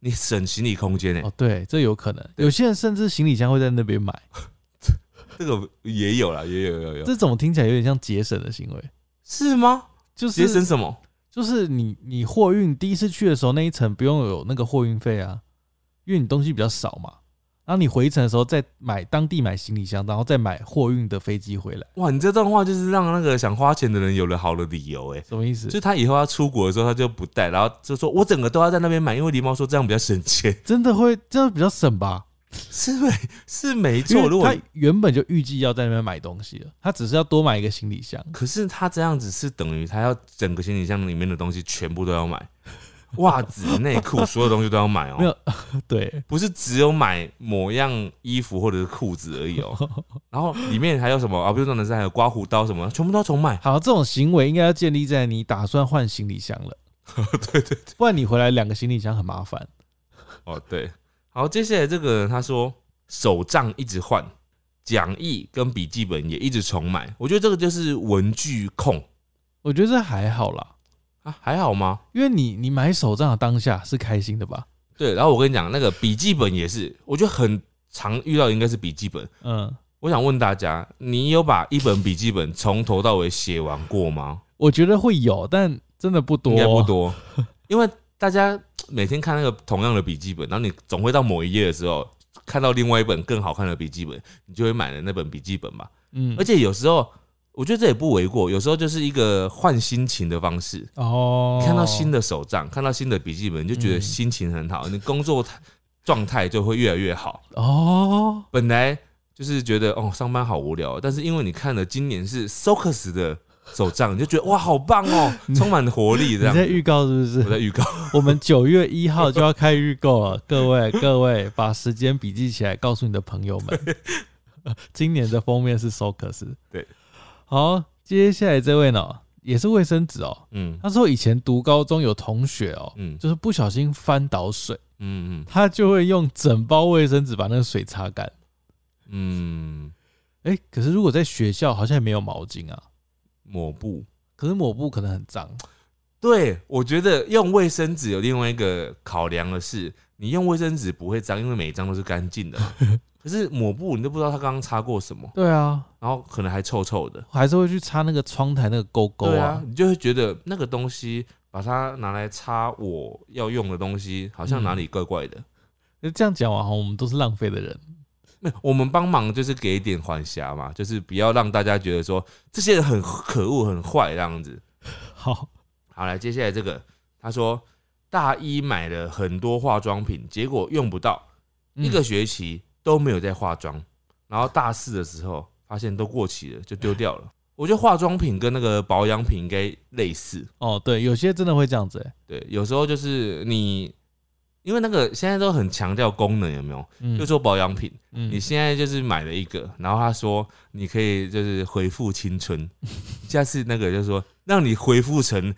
[SPEAKER 2] 你省行李空间诶、欸
[SPEAKER 1] 哦，对，这有可能。有些人甚至行李箱会在那边买，
[SPEAKER 2] 这个也有啦，也有有有，
[SPEAKER 1] 这怎么听起来有点像节省的行为？
[SPEAKER 2] 是吗？
[SPEAKER 1] 就
[SPEAKER 2] 节省
[SPEAKER 1] 是
[SPEAKER 2] 什么？
[SPEAKER 1] 就是你你货运第一次去的时候那一层不用有那个货运费啊，因为你东西比较少嘛。然后你回程的时候再买当地买行李箱，然后再买货运的飞机回来，
[SPEAKER 2] 哇，你这段话就是让那个想花钱的人有了好的理由诶、
[SPEAKER 1] 什么意思？
[SPEAKER 2] 就他以后要出国的时候，他就不带，然后就说我整个都要在那边买，因为狸猫说这样比较省钱，
[SPEAKER 1] 真的会这样比较省吧？
[SPEAKER 2] 是没是没
[SPEAKER 1] 因
[SPEAKER 2] 错。
[SPEAKER 1] 为
[SPEAKER 2] 如果
[SPEAKER 1] 他原本就预计要在那边买东西了，他只是要多买一个行李 箱。
[SPEAKER 2] 可是他这样子是等于他要整个行李箱里面的东西全部都要买， 袜子、内裤，所有东西都要买哦、
[SPEAKER 1] 没有对，
[SPEAKER 2] 不是只有买某样衣服或者是裤子而已 哦、然后里面还有什么啊？比如说男生还有刮胡刀什么，全部都要重买。
[SPEAKER 1] 好，这种行为应该要建立在你打算换行李箱了，
[SPEAKER 2] 对对对，
[SPEAKER 1] 不然你回来两个行李箱很麻烦。
[SPEAKER 2] 哦对。好，接下来这个人他说手账一直换，讲义跟笔记本也一直重买，我觉得这个就是文具控
[SPEAKER 1] 我觉得这还好啦，
[SPEAKER 2] 啊，还好吗？
[SPEAKER 1] 因为你你买手账的当下是开心的吧？
[SPEAKER 2] 对，然后我跟你讲，那个笔记本也是，我觉得很常遇到，应该是笔记本。
[SPEAKER 1] 嗯，
[SPEAKER 2] 我想问大家，你有把一本笔记本从头到尾写完过吗？
[SPEAKER 1] 我觉得会有，但真的不多，
[SPEAKER 2] 应该不。多，因为大家每天看那个同样的笔记本，然后你总会到某一页的时候看到另外一本更好看的笔记本，你就会买了那本笔记本吧。
[SPEAKER 1] 嗯
[SPEAKER 2] 而，且有时候，我觉得这也不为过，有时候就是一个换心情的方式。
[SPEAKER 1] 哦，
[SPEAKER 2] 看到新的手账，看到新的笔记本，你就觉得
[SPEAKER 1] 嗯
[SPEAKER 2] 心情很好，你工作状态就会越来越好。
[SPEAKER 1] 哦，
[SPEAKER 2] 本来就是觉得哦，上班好无聊，但是因为你看了今年是 Socus 的手账，你就觉得哇，好棒哦，充满活力
[SPEAKER 1] 你
[SPEAKER 2] 这样
[SPEAKER 1] 在
[SPEAKER 2] 子。
[SPEAKER 1] 预告是不是
[SPEAKER 2] 我？在预告，
[SPEAKER 1] 我们九月一号就要开预购了，各位各位，把时间笔记起来，告诉你的朋友们。 今年的封面是 Socus。
[SPEAKER 2] 对，
[SPEAKER 1] 好，接下来这位呢，也是卫生纸哦。
[SPEAKER 2] 嗯
[SPEAKER 1] 他说以前读高中有同学哦，
[SPEAKER 2] 嗯
[SPEAKER 1] 就是不小心翻倒水，
[SPEAKER 2] 嗯嗯
[SPEAKER 1] 他就会用整包卫生纸把那个水擦干。
[SPEAKER 2] 嗯，
[SPEAKER 1] 哎、可是如果在学校好像也没有毛巾啊，
[SPEAKER 2] 抹布，
[SPEAKER 1] 可是抹布可能很脏。
[SPEAKER 2] 对，我觉得用卫生纸有另外一个考量的是，你用卫生纸不会脏，因为每一张都是干净的 嘛。可是抹布你都不知道它刚刚擦过什么，
[SPEAKER 1] 对啊，
[SPEAKER 2] 然后可能还臭臭的。
[SPEAKER 1] 还是会去擦那个窗台那个勾勾
[SPEAKER 2] 对
[SPEAKER 1] 啊
[SPEAKER 2] 啊，，你就会觉得那个东西把它拿来擦我要用的东西，好像哪里怪怪的。
[SPEAKER 1] 那这样讲完哈，我们都是浪费的人。
[SPEAKER 2] 没有，我们帮忙就是给一点缓颊嘛，就是不要让大家觉得说这些人很可恶、很坏这样子。
[SPEAKER 1] 好，
[SPEAKER 2] 好，来，接下来这个，他说大一买了很多化妆品，结果用不到，
[SPEAKER 1] 嗯
[SPEAKER 2] 一个学期都没有在化妆，然后大四的时候发现都过期了，就丢掉了。我觉得化妆品跟那个保养品应该类似，
[SPEAKER 1] 哦，对，有些真的会这样子、欸，
[SPEAKER 2] 对，有时候就是你，因为那个现在都很强调功能，有没有？
[SPEAKER 1] 嗯，
[SPEAKER 2] 就说保养品，
[SPEAKER 1] 嗯
[SPEAKER 2] 你现在就是买了一个，然后他说你可以就是恢复 青春，下次那个就说让你恢复成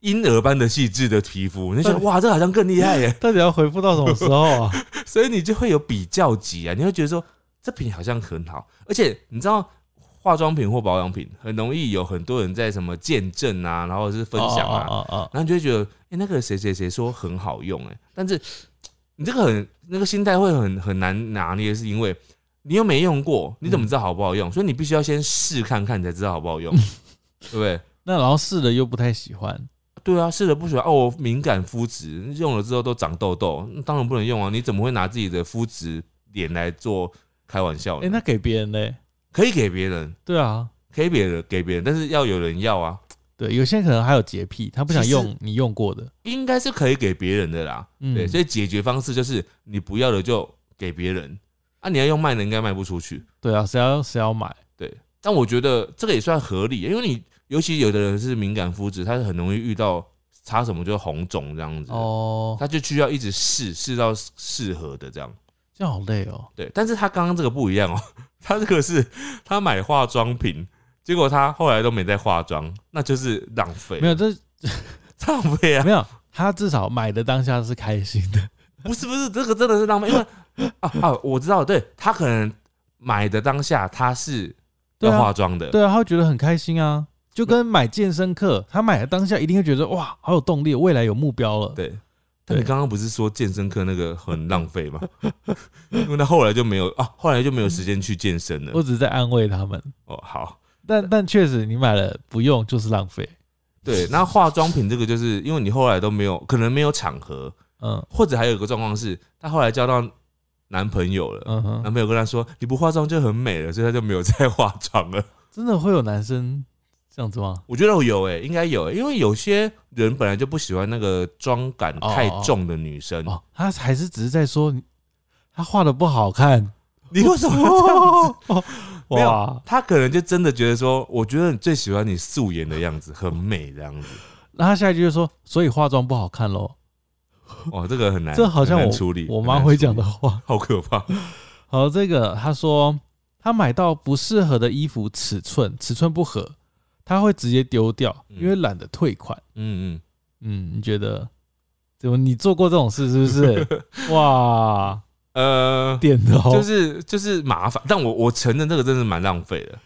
[SPEAKER 2] 婴儿般的细致的皮肤，你
[SPEAKER 1] 嗯
[SPEAKER 2] 就觉得哇，这好像更厉害耶，
[SPEAKER 1] 到底要回复到什么时候啊？
[SPEAKER 2] 所以你就会有比较级啊，你会觉得说这瓶好像很好，而且你知道。化妆品或保养品很容易有很多人在什么见证啊，然后是分享啊，
[SPEAKER 1] 哦哦哦哦
[SPEAKER 2] 然后你就会觉得，哎、那个谁谁谁说很好用、哎，但是你这个很那个心态会很很难拿捏，是因为你又没用过，你怎么知道好不好用？所以你必须要先试看看，你才知道好不好用， 对不对？
[SPEAKER 1] 那然后试了又不太喜欢，
[SPEAKER 2] 对啊，试了不喜欢哦，我敏感肤质，用了之后都长痘痘，那当然不能用啊！你怎么会拿自己的肤质脸来做开玩笑
[SPEAKER 1] 哎、
[SPEAKER 2] 呢？
[SPEAKER 1] 那给别人嘞？
[SPEAKER 2] 可以给别人，
[SPEAKER 1] 对啊，
[SPEAKER 2] 可以别人给别人，但是要有人要啊，
[SPEAKER 1] 对，有些人可能还有洁癖，他不想
[SPEAKER 2] 其 实
[SPEAKER 1] 用你用过的，
[SPEAKER 2] 应该是可以给别人的啦。
[SPEAKER 1] 嗯，
[SPEAKER 2] 对，所
[SPEAKER 1] 以
[SPEAKER 2] 以解决方式就是你不要的就给别人，啊，你要用卖的应该卖不出去。
[SPEAKER 1] 对啊，谁要谁要买？
[SPEAKER 2] 对，但我觉得这个也算合理，因为你尤其有的人是敏感肤质，他是很容易遇到擦什么就红肿这样子，
[SPEAKER 1] 哦，
[SPEAKER 2] 他就需要一直试试到适合的这样。
[SPEAKER 1] 这样好累哦，
[SPEAKER 2] 对，但是他刚刚这个不一样哦，他这个是他买化妆品，结果他后来都没在化妆，那就是浪费，
[SPEAKER 1] 没有，这
[SPEAKER 2] 浪费啊！
[SPEAKER 1] 没有，他至少买的当下是开心 的，
[SPEAKER 2] 不是不是，这个真的是浪费，因为啊啊，我知道，对他可能买的当下他是
[SPEAKER 1] 对
[SPEAKER 2] 要
[SPEAKER 1] 啊
[SPEAKER 2] 化妆的，
[SPEAKER 1] 对啊，他会觉得很开心啊，就跟买健身课，他买的当下一定会觉得哇，好有动力，未来有目标了，
[SPEAKER 2] 对。但你刚刚不是说健身课那个很浪费吗？ 因为他后来就没有啊，后来就没有时间去健身了
[SPEAKER 1] 我。只是在安慰他们，
[SPEAKER 2] 哦，好，
[SPEAKER 1] 但但确实你买了不用就是浪费，
[SPEAKER 2] 对，那化妆品这个就是因为你后来都没有，可能没有场合，
[SPEAKER 1] 嗯
[SPEAKER 2] 或者还有一个状况是，她后来交到男朋友了，
[SPEAKER 1] 嗯哼，
[SPEAKER 2] 男朋友跟她说你不化妆就很美了，所以她就没有再化妆了。
[SPEAKER 1] 真的会有男生这样子吗？
[SPEAKER 2] 我觉得我有诶、应该有、欸，因为有些人本来就不喜欢那个妆感太重的女生。
[SPEAKER 1] 哦，他还是只是在说你他画的不好看，
[SPEAKER 2] 你为什么 这样子？没有
[SPEAKER 1] 哇，
[SPEAKER 2] 他可能就真的觉得说，我觉得你最喜欢你素颜的样子，很美这样子。
[SPEAKER 1] 那他下一句就说，所以化妆不好看喽，
[SPEAKER 2] 哦，这个很难，
[SPEAKER 1] 这好像
[SPEAKER 2] 很
[SPEAKER 1] 我
[SPEAKER 2] 难处理。
[SPEAKER 1] 我
[SPEAKER 2] 很
[SPEAKER 1] 妈
[SPEAKER 2] 难
[SPEAKER 1] 会
[SPEAKER 2] 处
[SPEAKER 1] 讲
[SPEAKER 2] 理
[SPEAKER 1] 的，话。
[SPEAKER 2] 好可 怕。
[SPEAKER 1] 好，这个他说他买到不适合的衣服尺寸尺寸不合，他会直接丢掉，
[SPEAKER 2] 嗯
[SPEAKER 1] 因为懒得退款。
[SPEAKER 2] 嗯嗯，
[SPEAKER 1] 嗯，你觉得怎么？你做过这种事是不 是？哇，
[SPEAKER 2] 呃，
[SPEAKER 1] 点哦头，
[SPEAKER 2] 就是就是麻烦，但我我承认这个真的蛮浪费的，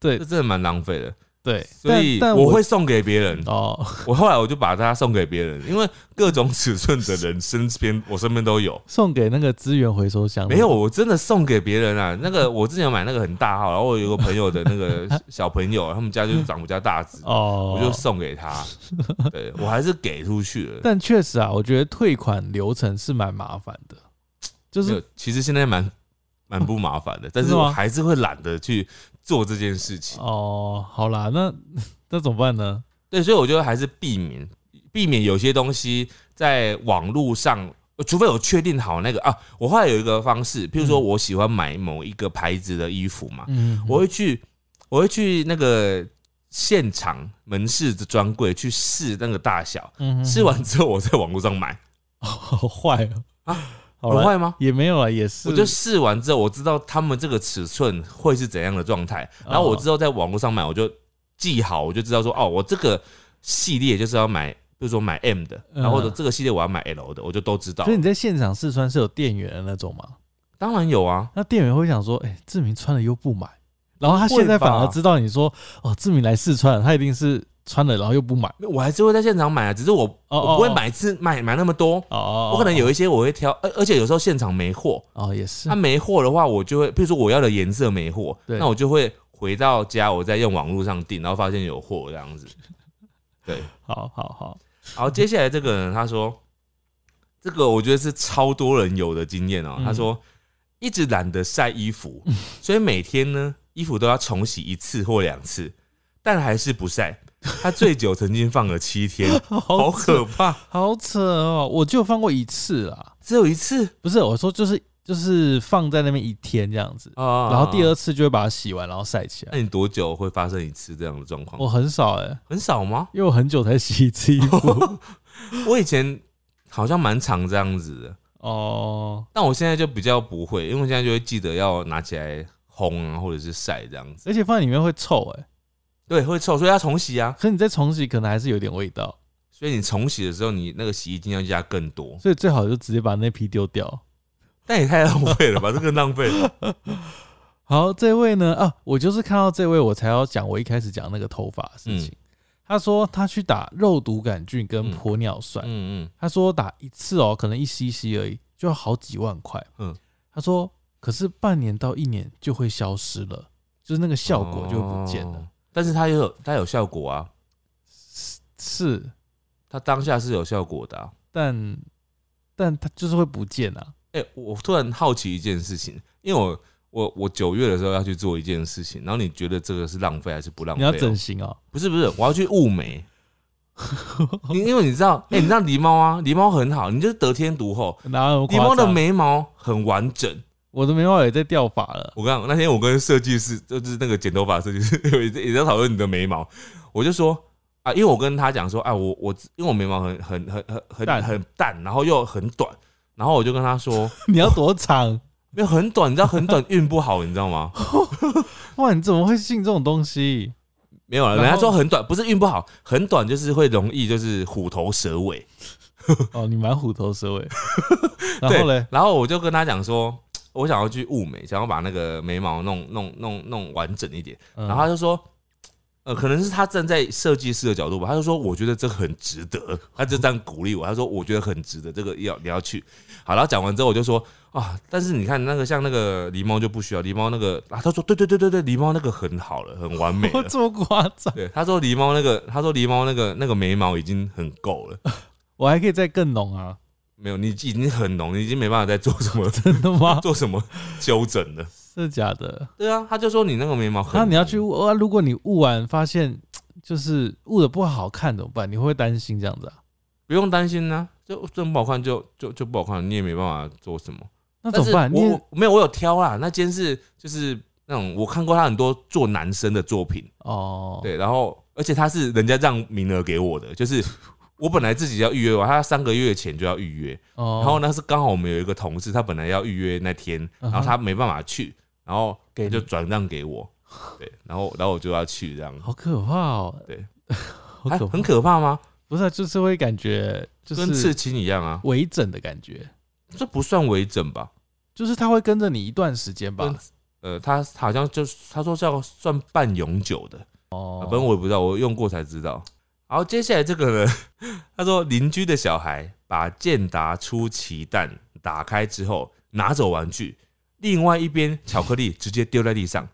[SPEAKER 1] 对
[SPEAKER 2] 这真的蛮浪费的。
[SPEAKER 1] 对，
[SPEAKER 2] 所以
[SPEAKER 1] 但但
[SPEAKER 2] 我会送给别人，
[SPEAKER 1] 哦，
[SPEAKER 2] 我后来我就把它送给别人，因为各种尺寸的人身边我身边都有。
[SPEAKER 1] 送给那个资源回收箱。
[SPEAKER 2] 没有，我真的送给别人啊。那个我之前有买那个很大号，然后我有一个朋友的那 个小朋友，他们家就是长我家大只，
[SPEAKER 1] 哦，
[SPEAKER 2] 我就送给他。对我还是给出去了。
[SPEAKER 1] 但确实啊，我觉得退款流程是蛮麻烦的，就
[SPEAKER 2] 没有
[SPEAKER 1] 是
[SPEAKER 2] 其实现在蛮蛮不麻烦的，但是
[SPEAKER 1] 真的吗
[SPEAKER 2] 我还是会懒得去做这件事情。
[SPEAKER 1] 哦，好啦，那 那怎么办呢？
[SPEAKER 2] 对，所以我觉得还是避免避免有些东西在网络上。呃除非我确定好那个啊，我后来有一个方式，譬如说
[SPEAKER 1] 嗯
[SPEAKER 2] 我喜欢买某一个牌子的衣服嘛，
[SPEAKER 1] 嗯，
[SPEAKER 2] 我会去，我会去那个现场门市的专柜去试那个大小，
[SPEAKER 1] 嗯
[SPEAKER 2] 试完之后我在网络上买，
[SPEAKER 1] 好坏哦
[SPEAKER 2] 啊，
[SPEAKER 1] 好
[SPEAKER 2] 很
[SPEAKER 1] 了，
[SPEAKER 2] 坏吗？
[SPEAKER 1] 也没有了，也是，
[SPEAKER 2] 我就试完之后，我知道他们这个尺寸会是怎样的状态，然
[SPEAKER 1] 哦
[SPEAKER 2] 后我之后在网络上买，我就记好，我就知道说，哦，我这个系列就是要买，比如说买 M 的，
[SPEAKER 1] 嗯
[SPEAKER 2] 然后或者这个系列我要买 L 的，我就都知道
[SPEAKER 1] 所。以你在现场试穿是有店员的那种嘛？
[SPEAKER 2] 当然有啊，
[SPEAKER 1] 那店员会想说，哎、志明穿了又不买，然后他
[SPEAKER 2] 不会
[SPEAKER 1] 现在反
[SPEAKER 2] 吧
[SPEAKER 1] 而知道你说，哦，志明来试穿，他一定是穿了然后又不买，
[SPEAKER 2] 我还是会在现场买啊，只是我
[SPEAKER 1] 哦
[SPEAKER 2] 我不
[SPEAKER 1] 哦
[SPEAKER 2] 会买次买买那么多，
[SPEAKER 1] 哦哦，
[SPEAKER 2] 我可能
[SPEAKER 1] 哦
[SPEAKER 2] 有一些我会挑，而而且有时候现场没货，
[SPEAKER 1] 哦也是
[SPEAKER 2] 那没货的话，我就会，譬如说我要的颜色没货，
[SPEAKER 1] 对
[SPEAKER 2] 那我就会回到家，我再用网络上订，然后发现有货这样子。对，
[SPEAKER 1] 好好好，
[SPEAKER 2] 好，接下来这个人他说，这个我觉得是超多人有的经验哦、
[SPEAKER 1] 嗯
[SPEAKER 2] 他说一直懒得晒 衣服，所以每天呢衣服都要重洗一次或两次，但还是不晒。他最久曾经放了七天， 好可怕，
[SPEAKER 1] 好扯哦，我就放过一次啊啦，
[SPEAKER 2] 只有一次
[SPEAKER 1] 不是我说就是就是放在那边一天这样子，
[SPEAKER 2] 啊。
[SPEAKER 1] 然后第二，次就会把它洗完然后晒起来。
[SPEAKER 2] 那你多久会发生一次这样的状况？
[SPEAKER 1] 我很少哎、
[SPEAKER 2] 很少吗？
[SPEAKER 1] 因为我很久才洗一次衣服
[SPEAKER 2] 我以前好像蛮常这样子的，
[SPEAKER 1] 哦。
[SPEAKER 2] 但我现在就比较不会，因为我现在就会记得要拿起来烘啊，或者是晒这样子。
[SPEAKER 1] 而且放在里面会臭哎、
[SPEAKER 2] 对，会臭，所以要重洗啊。
[SPEAKER 1] 可你再重洗可能还是有点味道，
[SPEAKER 2] 所以你重洗的时候，你那个洗衣精要加更多，
[SPEAKER 1] 所以最好就直接把那批丢掉。
[SPEAKER 2] 但也太浪费了吧？这个浪费了。
[SPEAKER 1] 好，这位呢啊，我就是看到这位我才要讲我一开始讲那个头发的事情。他说他去打肉毒杆菌跟
[SPEAKER 2] 嗯
[SPEAKER 1] 玻尿 酸，
[SPEAKER 2] 嗯
[SPEAKER 1] 他说打一次哦，可能一 cc 而已，就要好几万块。
[SPEAKER 2] 嗯
[SPEAKER 1] 他说可是半年到一年就会消失了，就是那个
[SPEAKER 2] 嗯，
[SPEAKER 1] 效果就不见了。
[SPEAKER 2] 哦但是它也有它有效果啊，
[SPEAKER 1] 是是，
[SPEAKER 2] 它当下是有效果的、啊。
[SPEAKER 1] 但但它就是会不见啊。
[SPEAKER 2] 哎、我突然好奇一件事情，因为我我我九月的时候要去做一件事情，然后你觉得这个是浪费还是不浪
[SPEAKER 1] 你
[SPEAKER 2] 费哦、
[SPEAKER 1] 要整形哦，
[SPEAKER 2] 不是不是，我要去 雾眉。因因为你知道，哎、你知道狸猫啊，狸猫很好，你就是得天独厚。
[SPEAKER 1] 哪有那么
[SPEAKER 2] 狸
[SPEAKER 1] 夸
[SPEAKER 2] 猫的
[SPEAKER 1] 张？
[SPEAKER 2] 眉毛很完整。
[SPEAKER 1] 我的眉毛也在掉发 了。
[SPEAKER 2] 我跟你讲，那天我跟设计师，就是那个剪头发设计师， 有一次也在讨论你的眉毛，我就说啊，因为我跟他讲说，啊，我我因为我眉毛很很很很
[SPEAKER 1] 淡
[SPEAKER 2] 很很淡，然后又很短，然后我就跟 他说，
[SPEAKER 1] 你要多长？
[SPEAKER 2] 没有很短，你知道很短运不好，你知道吗？
[SPEAKER 1] 哇，你怎么会信这种东西？
[SPEAKER 2] 没有啊，人
[SPEAKER 1] 然
[SPEAKER 2] 家
[SPEAKER 1] 后
[SPEAKER 2] 说很短，不是运不好，很短就是会容易就是虎头蛇尾。
[SPEAKER 1] 哦，你蛮虎头蛇 尾。然后嘞，
[SPEAKER 2] 然后我就跟他讲说，我想要去雾眉，想要把那个眉毛弄弄弄弄完整一点。
[SPEAKER 1] 然
[SPEAKER 2] 然后他就说，呃，可能是他站在设计师的角度吧，他就说，我觉得这个很值得，他就这样鼓励我，他说我觉得很值得，这个要你要去。好，然后讲完之后我就说啊，但是你看那个像那个狸猫就不需要，狸猫那个啊，他说对对对对对，狸猫那个很好了，很完美
[SPEAKER 1] 我
[SPEAKER 2] 了。
[SPEAKER 1] 这么夸张，
[SPEAKER 2] 对，他说狸猫那个，他说狸猫那个那个眉毛已经很够了，
[SPEAKER 1] 我还可以再更浓啊？
[SPEAKER 2] 没有，你已经很浓，你已经没办法再做什么？
[SPEAKER 1] 真的吗
[SPEAKER 2] 做什么纠整了。
[SPEAKER 1] 是假的？
[SPEAKER 2] 对啊，他就说你那个眉毛很浓，
[SPEAKER 1] 那你要去雾啊？如果你雾完发现就是雾的不好看怎么办？你会不会担心这样子啊？
[SPEAKER 2] 不用担心呢、就真不好看就就就不好看，你也没办法做什么。
[SPEAKER 1] 那
[SPEAKER 2] 但
[SPEAKER 1] 怎
[SPEAKER 2] 是
[SPEAKER 1] 么办？你
[SPEAKER 2] 我我没有，我有挑啦。那间是就是那种我看过他很多做男生的作品，
[SPEAKER 1] 哦，
[SPEAKER 2] 对，然后而且他是人家让名额给我的，就是我本来自己要预约完，他三个月前就要预约，
[SPEAKER 1] 哦，
[SPEAKER 2] 然后那是刚好我们有一个同事，他本来要预约那天，
[SPEAKER 1] 嗯哼
[SPEAKER 2] 然后他没办法去，然后
[SPEAKER 1] 给
[SPEAKER 2] 他
[SPEAKER 1] 你
[SPEAKER 2] 就转让给我，对，然后然后我就要去这样，
[SPEAKER 1] 好可怕哦，
[SPEAKER 2] 对，
[SPEAKER 1] 好
[SPEAKER 2] 哎
[SPEAKER 1] 可怕
[SPEAKER 2] 很，可怕吗？
[SPEAKER 1] 不是啊，就是会感觉就
[SPEAKER 2] 跟刺
[SPEAKER 1] 是
[SPEAKER 2] 青一样啊，
[SPEAKER 1] 微整的感觉，
[SPEAKER 2] 这不算微整吧？
[SPEAKER 1] 就是它会跟着你一段时间吧
[SPEAKER 2] 跟。呃，他好像就是他说叫算半永久的，
[SPEAKER 1] 哦
[SPEAKER 2] 啊，反正我也不知道，我用过才知道。然后接下来这个呢，他说邻居的小孩把健达出奇蛋打开之后拿走玩具，另外一边巧克力直接丢在地上。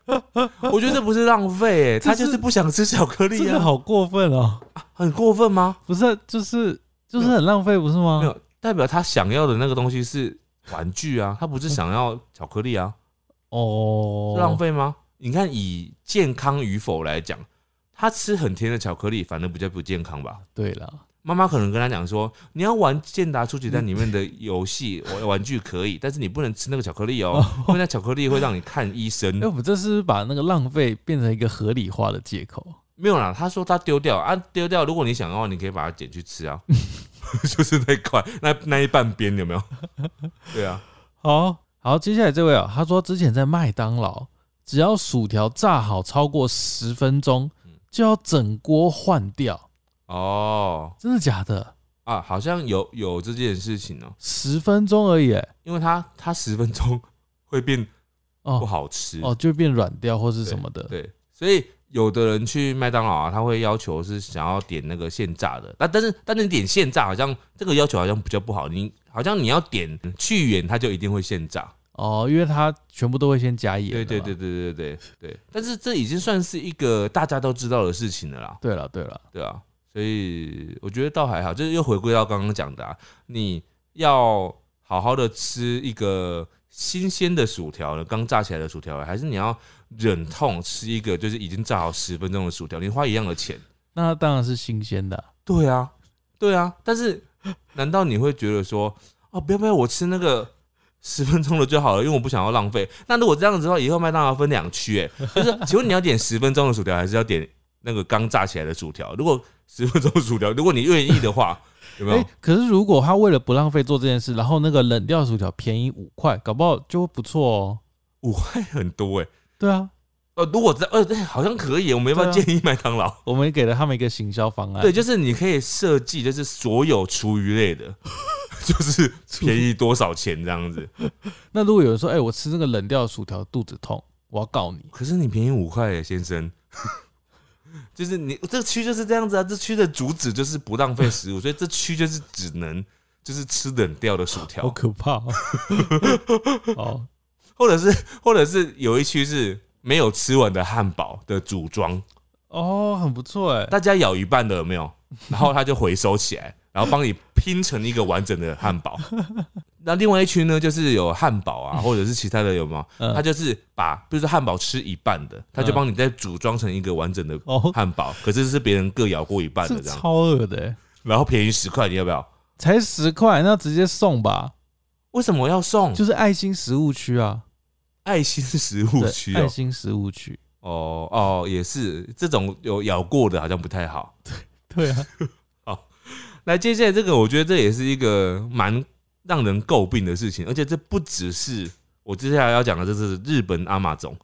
[SPEAKER 2] 我觉得这不是浪费、欸，
[SPEAKER 1] 这
[SPEAKER 2] 他
[SPEAKER 1] 是
[SPEAKER 2] 就是不想吃巧克
[SPEAKER 1] 这
[SPEAKER 2] 力
[SPEAKER 1] 个
[SPEAKER 2] 啊，
[SPEAKER 1] 好过分哦，
[SPEAKER 2] 很过分吗？
[SPEAKER 1] 不是啊，就是就是很浪费，不是
[SPEAKER 2] 没
[SPEAKER 1] 吗？
[SPEAKER 2] 有，代表他想要的那个东西是玩具啊，他不是想要巧克力啊。
[SPEAKER 1] 哦，
[SPEAKER 2] 是浪费吗？你看，以健康与否来讲，他吃很甜的巧克力，反而比较不健康吧。
[SPEAKER 1] 对了，
[SPEAKER 2] 妈妈可能跟他讲说，你要玩健达出奇蛋里面的游戏玩玩具可以，但是你不能吃那个巧克力哦，因为那巧克力会让你看医生
[SPEAKER 1] 哎，。我们这是不是把那个浪费变成一个合理化的借口。
[SPEAKER 2] 没有啦，他说他丢掉啊，丢掉。如果你想要，你可以把它捡去吃啊， 就是那一块那那一半边有没有？对啊，
[SPEAKER 1] 好好，接下来这位啊，他说之前在麦当劳，只要薯条炸好超过十分钟
[SPEAKER 2] 嗯，
[SPEAKER 1] 就要整锅换掉，
[SPEAKER 2] 哦
[SPEAKER 1] 真的假的？
[SPEAKER 2] 啊，好像有有这件事情哦、
[SPEAKER 1] 十分钟而已欸，
[SPEAKER 2] 因为他他十分钟会变不
[SPEAKER 1] 哦
[SPEAKER 2] 好吃
[SPEAKER 1] 哦，就变软掉或是什么的，
[SPEAKER 2] 对，所以有的人去麦当劳啊，他会要求是想要点那个现炸的，那但是但是你点现炸好像这个要求好像比较不好，你好像你要点去远，它就一定会现炸。
[SPEAKER 1] 哦，因为它全部都会先加盐。
[SPEAKER 2] 对对对。对对对对对，但是这已经算是一个大家都知道的事情了啦，
[SPEAKER 1] 对了对了，
[SPEAKER 2] 对啊，所以我觉得倒还好，就是又回归到刚刚讲的、啊，你要好好的吃一个新鲜的薯条呢，刚炸起来的薯条，还是你要忍痛吃一个就是已经炸好十分钟的薯条，你花一样的钱。
[SPEAKER 1] 那当然是新鲜的啊、
[SPEAKER 2] 对啊，对啊，但是 难道你会觉得说，哦，不要不要，我吃那个十分钟的就好了，因为我不想要浪费。那如果这样子的话，以后麦当劳分两区，哎， 就是请问你要点十分钟的薯条，还是要点那个刚炸起来的薯条？如果十分钟的薯条，如果你愿意 的话，有没有？
[SPEAKER 1] 哎、可是如果他为了不浪费做这件事，然后那个冷掉薯条便宜五块，搞不好就不错哦。
[SPEAKER 2] 五块很多哎、
[SPEAKER 1] 对啊，
[SPEAKER 2] 呃，如果这呃、对好像可以，我没办法
[SPEAKER 1] 对
[SPEAKER 2] 建
[SPEAKER 1] 啊哎
[SPEAKER 2] 议麦当劳。
[SPEAKER 1] 我们给了他们一个行销方案。
[SPEAKER 2] 对，就是你可以设计，就是所有厨余类的， 就是便宜多少钱这样子。
[SPEAKER 1] 那如果有人说，哎、我吃那个冷掉的薯条肚子痛，我要告你。
[SPEAKER 2] 可是你便宜五块耶，先生。 就是你这区就是这样子啊，这区的主旨就是不浪费食物，所以这区就是只能就是吃冷掉的薯
[SPEAKER 1] 好
[SPEAKER 2] 条，
[SPEAKER 1] 可怕 哦！哦，
[SPEAKER 2] 或者是或者是有一区是没有吃完的汉堡的组装，
[SPEAKER 1] 哦，很不错哎。
[SPEAKER 2] 大家咬一半的有没有？然后他就回收起来，然后帮你拼成一个完整的汉 堡。那另外一区呢，就是有汉堡啊，或者是其他的有没有？
[SPEAKER 1] 嗯
[SPEAKER 2] 他就是把比如说汉堡吃一半的，他就帮你再组装成一个完整的
[SPEAKER 1] 哦，
[SPEAKER 2] 汉堡，可是是别人各咬过一半
[SPEAKER 1] 这
[SPEAKER 2] 的这样，
[SPEAKER 1] 超恶的欸，
[SPEAKER 2] 然后便宜十块，你要不要？
[SPEAKER 1] 才十块，那直接送吧，
[SPEAKER 2] 为什么要送？
[SPEAKER 1] 就是爱心食物区啊，
[SPEAKER 2] 爱心食物
[SPEAKER 1] 对，
[SPEAKER 2] 区
[SPEAKER 1] 爱
[SPEAKER 2] 哦，
[SPEAKER 1] 心食物区，
[SPEAKER 2] 哦哦，也是这种有咬过的，好像不太好。
[SPEAKER 1] 对啊，
[SPEAKER 2] 那接下来这个，我觉得这也是一个蛮让人诟病的事情，而且这不只是我接下来要讲的，这是日本阿玛总。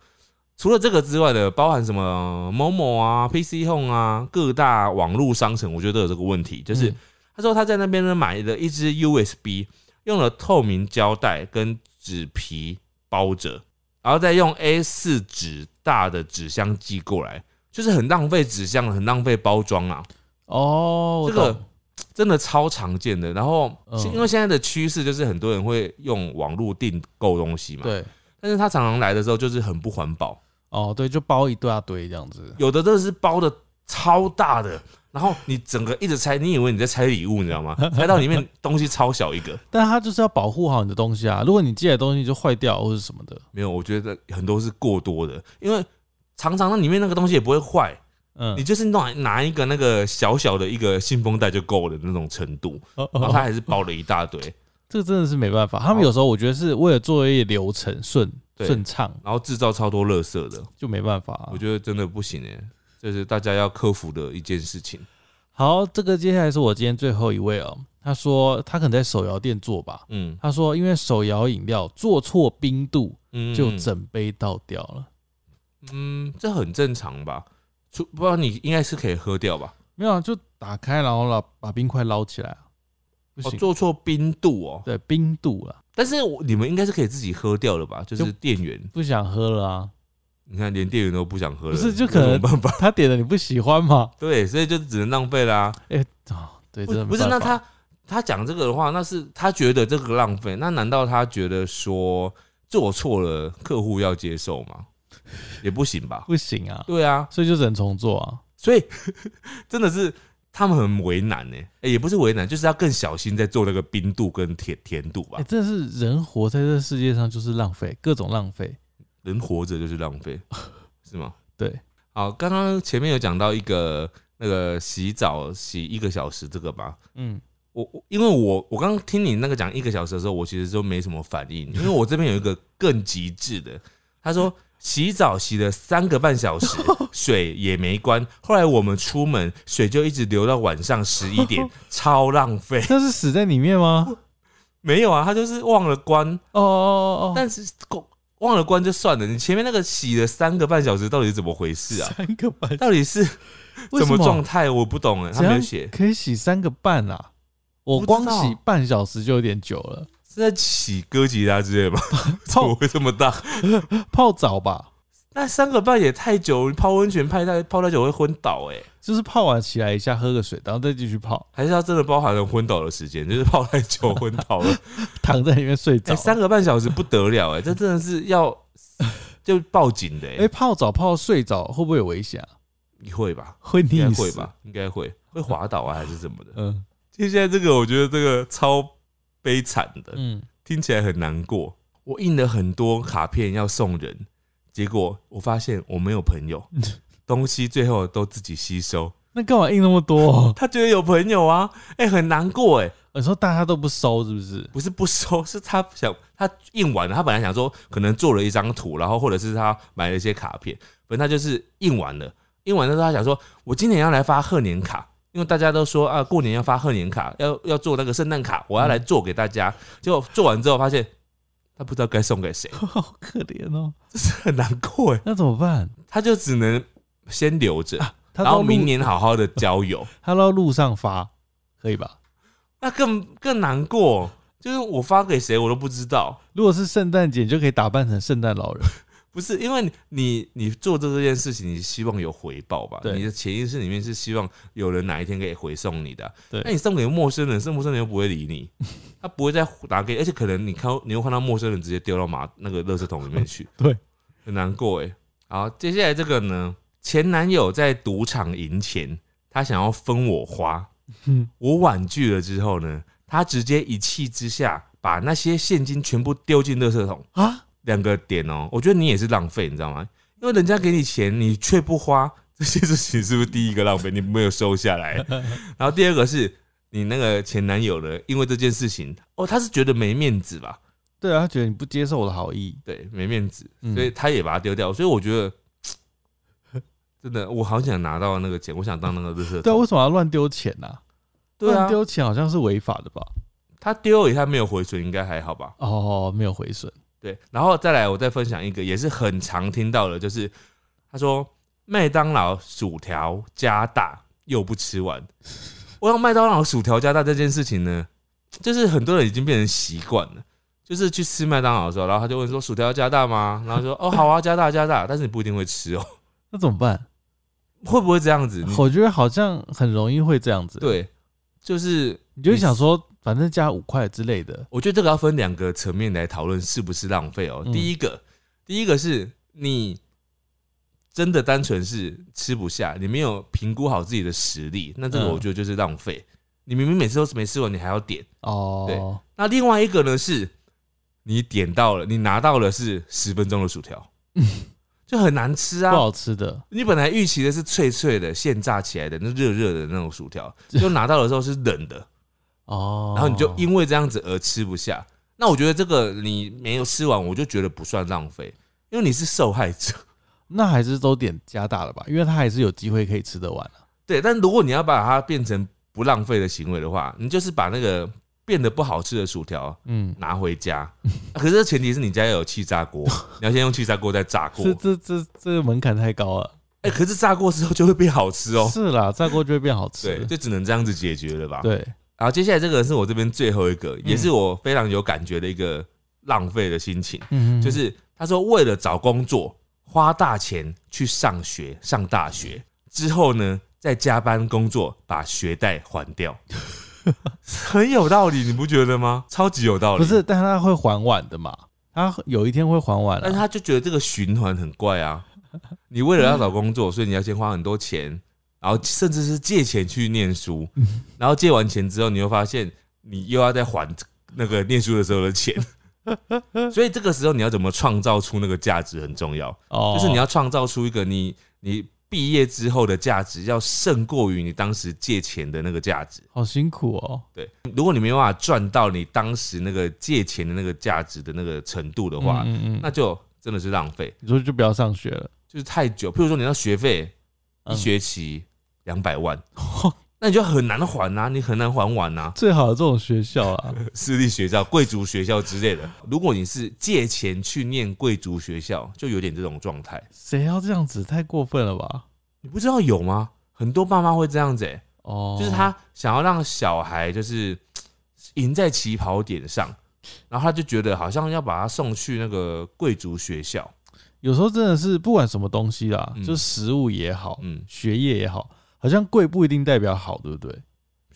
[SPEAKER 2] 除了这个之外呢，包含什么某某啊、PC Home 啊、各大网络商城，我觉得都有这个问题，就是
[SPEAKER 1] 嗯
[SPEAKER 2] 他说他在那边呢买了一支 USB，用了透明胶带跟纸皮包着，然后再用 A 4纸大的纸箱寄过来，就是很浪费纸箱，很浪费包装啊，
[SPEAKER 1] 哦，我
[SPEAKER 2] 这个
[SPEAKER 1] 懂
[SPEAKER 2] 真的超常见的。然后
[SPEAKER 1] 嗯
[SPEAKER 2] 因为现在的趋势就是很多人会用网络订购东西嘛，
[SPEAKER 1] 对，
[SPEAKER 2] 但是他常常来的时候就是很不环保，
[SPEAKER 1] 哦，对，就包一大堆这样子，
[SPEAKER 2] 有的真的是包的超大的。然后你整个一直拆，你以为你在拆礼物，你知道吗？ 拆到里面东西超小一个，
[SPEAKER 1] 但他就是要保护好你的东西啊，如果你寄来的东西就坏掉或者什么的，
[SPEAKER 2] 没有，我觉得很多是过多的，因为常常那里面那个东西也不会坏，你
[SPEAKER 1] 嗯，
[SPEAKER 2] 就是拿拿一个那个小小的一个信封袋就够了那种程度，
[SPEAKER 1] 哦
[SPEAKER 2] 然
[SPEAKER 1] 哦
[SPEAKER 2] 后他
[SPEAKER 1] 哦
[SPEAKER 2] 还是包了一大堆，
[SPEAKER 1] 这个真的是没办法，他们有时候我觉得是为了作业流程顺
[SPEAKER 2] 对
[SPEAKER 1] 顺畅，
[SPEAKER 2] 然后制造超多垃圾的，
[SPEAKER 1] 就没办法啊
[SPEAKER 2] 我。觉得真的不行哎、这是大家要克服的一件事情。
[SPEAKER 1] 好，这个接下来是我今天最后一位哦，他说他可能在手摇店做吧，
[SPEAKER 2] 嗯
[SPEAKER 1] 他说因为手摇饮料做错冰度
[SPEAKER 2] 嗯，
[SPEAKER 1] 就整杯倒掉了。
[SPEAKER 2] 嗯，这很正常吧？除不然你应该是可以喝掉吧？
[SPEAKER 1] 没有啊，就打开然后了，把冰块捞起来啊，不
[SPEAKER 2] 哦，
[SPEAKER 1] 行，
[SPEAKER 2] 做错冰度哦，
[SPEAKER 1] 对冰度啊了，
[SPEAKER 2] 但是我你们应该是可以自己喝掉的吧？就是店员，
[SPEAKER 1] 不想喝了啊。
[SPEAKER 2] 你看连店员都不想喝了，
[SPEAKER 1] 不是就
[SPEAKER 2] 那
[SPEAKER 1] 可能
[SPEAKER 2] 有办法。
[SPEAKER 1] 他点的你不喜欢吗？
[SPEAKER 2] 对，所以就只能浪费啦、
[SPEAKER 1] 哦，对，
[SPEAKER 2] 不
[SPEAKER 1] 真的没
[SPEAKER 2] 不是，那
[SPEAKER 1] 办法
[SPEAKER 2] 他他讲这个的话，那是他觉得这个浪费，那难道他觉得说做错了客户要接受吗？也不行吧？
[SPEAKER 1] 不行啊，
[SPEAKER 2] 对啊，
[SPEAKER 1] 所以就只能重做啊。
[SPEAKER 2] 所以 真的是他们很为难呢、欸也不是为难，就是要更小心在做那个冰度跟甜甜度吧
[SPEAKER 1] 哎、。真的是人活在这世界上就是浪费，各种浪费。
[SPEAKER 2] 人活着就是浪费， 是吗？
[SPEAKER 1] 对，
[SPEAKER 2] 好，刚刚前面有讲到一个那个洗澡洗一个小时这个吧，
[SPEAKER 1] 嗯，
[SPEAKER 2] 我我因为我我刚刚听你那个讲一个小时的时候，我其实就没什么反应，因为我这边有一个更极致的， 他说洗澡洗了三个半小时，水也没关，后来我们出门水就一直流到晚上十一点，超浪费。
[SPEAKER 1] 那是死在里面吗？
[SPEAKER 2] 没有啊，他就是忘了关，
[SPEAKER 1] 哦哦哦哦，
[SPEAKER 2] 但是忘了关就算了，你前面那个洗了三个半小时到底是怎么回事啊？
[SPEAKER 1] 三个半，
[SPEAKER 2] 到底是
[SPEAKER 1] 为什
[SPEAKER 2] 怎么状态？我不懂哎，他
[SPEAKER 1] 怎
[SPEAKER 2] 没有
[SPEAKER 1] 样
[SPEAKER 2] 写
[SPEAKER 1] 可以洗三个半啊？我
[SPEAKER 2] 不知
[SPEAKER 1] 光
[SPEAKER 2] 道
[SPEAKER 1] 洗半小时就有点久了，
[SPEAKER 2] 是在洗哥吉拉之类吧？怎么会这么大？
[SPEAKER 1] 泡澡吧？
[SPEAKER 2] 那三个半也太久，泡温泉泡太泡太久会昏倒哎、
[SPEAKER 1] 就是泡完起来一下，喝个水，然后再继续泡，
[SPEAKER 2] 还是它真的包含了昏倒的时间，就是泡太久昏倒
[SPEAKER 1] 哎
[SPEAKER 2] 了，
[SPEAKER 1] 躺在里面睡
[SPEAKER 2] 哎、
[SPEAKER 1] 着。
[SPEAKER 2] 三个半小时不得了哎、这真的是要 就报警的哎、
[SPEAKER 1] 哎，泡澡泡到睡着会不会有危险啊？
[SPEAKER 2] 你会吧？
[SPEAKER 1] 会
[SPEAKER 2] 应
[SPEAKER 1] 溺
[SPEAKER 2] 该
[SPEAKER 1] 死
[SPEAKER 2] 会？吧？应该会，会滑倒啊还是怎么的？
[SPEAKER 1] 嗯
[SPEAKER 2] 其实现在这个我觉得这个超悲惨的，
[SPEAKER 1] 嗯，
[SPEAKER 2] 听起来很难过。我印了很多卡片要送人，结果我发现我没有朋友，东西最后都自己吸收。
[SPEAKER 1] 那干嘛印那么多？
[SPEAKER 2] 他觉得有朋友啊，哎、很难过哎、
[SPEAKER 1] 你说大家都不收是不是？
[SPEAKER 2] 不是不收，是他想他印完了，他本来想说可能做了一张图，然后或者是他买了一些卡片，反正他就是印完了，印完了之后他想说，我今年要来发贺年卡，因为大家都说啊过年要发贺年卡，要要做那个圣诞卡，我要来做给大家。结果做完之后发现他不知道该送给谁，
[SPEAKER 1] 好可怜哦，
[SPEAKER 2] 这是很难过哎，
[SPEAKER 1] 那怎么办？
[SPEAKER 2] 他就只能先留着，
[SPEAKER 1] 他
[SPEAKER 2] 然
[SPEAKER 1] 到
[SPEAKER 2] 后
[SPEAKER 1] 路
[SPEAKER 2] 明年好好的交友。
[SPEAKER 1] 他到路上发，可以吧？
[SPEAKER 2] 那更更难过，就是我发给谁我都不知道。
[SPEAKER 1] 如果是圣诞节，你就可以打扮成圣诞 老人。
[SPEAKER 2] 不是因为你你你做这件事情，你希望有回报吧？
[SPEAKER 1] 对
[SPEAKER 2] 你的潜意识里面是希望有人哪一天可以回送你的啊。
[SPEAKER 1] 对，
[SPEAKER 2] 那你送给陌生人，是陌生人又不会理你，他不会再打给，而且可能你看到你又看到陌生人直接丢到马那个垃圾桶里面去
[SPEAKER 1] 对，
[SPEAKER 2] 很难过哎。好，接下来这个呢，前男友在赌场赢钱，他想要分我花，
[SPEAKER 1] 嗯
[SPEAKER 2] 我婉拒了之后呢，他直接一气之下把那些现金全部丢进垃圾桶。
[SPEAKER 1] 啊，
[SPEAKER 2] 两个点哦、我觉得你也是浪费，你知道吗？因为人家给你钱，你却不花， 这件事情是不是第一个浪费？你没有收下来。然后第二个是你那个前男友呢，因为这件事情，哦，他是觉得没面子吧？
[SPEAKER 1] 对啊，他觉得你不接受我的好意，
[SPEAKER 2] 对，没面子，
[SPEAKER 1] 嗯
[SPEAKER 2] 所以他也把它丢掉。所以我觉得， 真的，我好想拿到那个钱，我想当那个乐色
[SPEAKER 1] 对啊，
[SPEAKER 2] 桶。
[SPEAKER 1] 为什么要乱丢钱呢、啊？
[SPEAKER 2] 对
[SPEAKER 1] 乱
[SPEAKER 2] 啊，
[SPEAKER 1] 丢钱好像是违法的吧？
[SPEAKER 2] 他丢了，他没有回损，应该还好吧？
[SPEAKER 1] 哦，没有回损，
[SPEAKER 2] 对，然后再来，我再分享一个也是很常听到的，就是他说麦当劳薯条加大又不吃完。我想麦当劳薯条加大这件事情呢，就是很多人已经变成习惯了，就是去吃麦当劳的时候，然后他就问说薯条要加大吗？然后说哦好啊，加大加大，但是你不一定会吃哦，
[SPEAKER 1] 那怎么办？
[SPEAKER 2] 会不会这样子？你
[SPEAKER 1] 我觉得好像很容易会这样子。，
[SPEAKER 2] 对，就是
[SPEAKER 1] 你就会想说，反正加五块之类的，
[SPEAKER 2] 我觉得这个要分两个层面来讨论是不是浪费哦。
[SPEAKER 1] 嗯
[SPEAKER 2] 第一个，第一个是你真的单纯是吃不下，你没有评估好自己的实力，那这个
[SPEAKER 1] 嗯
[SPEAKER 2] 我觉得就是浪费。你明明每次都是没吃完，你还要点。
[SPEAKER 1] 哦，
[SPEAKER 2] 那另外一个呢是，你点到了，你拿到了是十分钟的薯条， 就很难
[SPEAKER 1] 嗯
[SPEAKER 2] 吃
[SPEAKER 1] 不
[SPEAKER 2] 啊。
[SPEAKER 1] 好吃的，
[SPEAKER 2] 你本来预期的是脆脆的、现炸起来的、那热热的那种 薯条，就拿到的时候是冷的。
[SPEAKER 1] 哦，
[SPEAKER 2] 然后你就因为这样子而吃不下。那我觉得这个你没有吃完，我就觉得不算浪费，因为你是受害者。
[SPEAKER 1] 那还是都点加大了吧，因为他还是有机会可以吃得完啊
[SPEAKER 2] 对，但如果你要把它变成不浪费的行为的话，你就是把那个变得不好吃的薯条
[SPEAKER 1] 嗯，
[SPEAKER 2] 拿回家。啊可是这前提是你家要有气炸锅，你要先用气炸锅再炸过
[SPEAKER 1] 这。这这这个门槛太高了。
[SPEAKER 2] 哎、可是炸过之后就会变好吃哦。
[SPEAKER 1] 是啊啦，炸锅就会变好
[SPEAKER 2] 对，
[SPEAKER 1] 吃。
[SPEAKER 2] 就只能这样子解决了吧。
[SPEAKER 1] 对，嗯
[SPEAKER 2] 然后接下来这个是我这边最后一个，也是我非常有感觉的一个浪费的心情。
[SPEAKER 1] 嗯
[SPEAKER 2] 就是他说为了找工作花大钱去上学，上大学之后呢，再加班工作把学贷还掉， 很有道理，你不觉得吗？超级有道理。
[SPEAKER 1] 不是，，但他会还完的嘛，他有一天会还完、啊。
[SPEAKER 2] 但是他就觉得这个循环很怪啊。你为了要找工作，所以你要先花很多钱，然后甚至是借钱去念书，
[SPEAKER 1] 嗯
[SPEAKER 2] 然后借完钱之后，你又发现你又要再还那个念书的时候的 钱，所以这个时候你要怎么创造出那个价值很重要。
[SPEAKER 1] 哦，
[SPEAKER 2] 就是你要创造出一个你你毕业之后的价值，要胜过于你当时借钱的那个价值。
[SPEAKER 1] 好辛苦哦。
[SPEAKER 2] 对，如果你没办法赚到你当时那个借钱的那个价值的那个程度的话，
[SPEAKER 1] 嗯嗯嗯
[SPEAKER 2] 那就真的是浪费，
[SPEAKER 1] 你说就不要上学了，
[SPEAKER 2] 就是太久。譬如说你要学费一
[SPEAKER 1] 嗯
[SPEAKER 2] 学期两百万。那你就很难还啊，你很难还完啊，
[SPEAKER 1] 最好的这种学校 啊，
[SPEAKER 2] 私立学校、贵族学校之类的。如果你是借钱去念贵族学校，就有点这种状态。
[SPEAKER 1] 谁要这样子？太过分了吧？
[SPEAKER 2] 你不知道有吗？很多爸妈会这样子、欸，
[SPEAKER 1] 哦，
[SPEAKER 2] 就是他想要让小孩就是赢在起跑点上，然后他就觉得好像要把他送去那个贵族学校，
[SPEAKER 1] 有时候真的是不管什么东西啦，
[SPEAKER 2] 嗯
[SPEAKER 1] 就食物也好，
[SPEAKER 2] 嗯，
[SPEAKER 1] 学业也好，好像贵不一定代表好，对不对？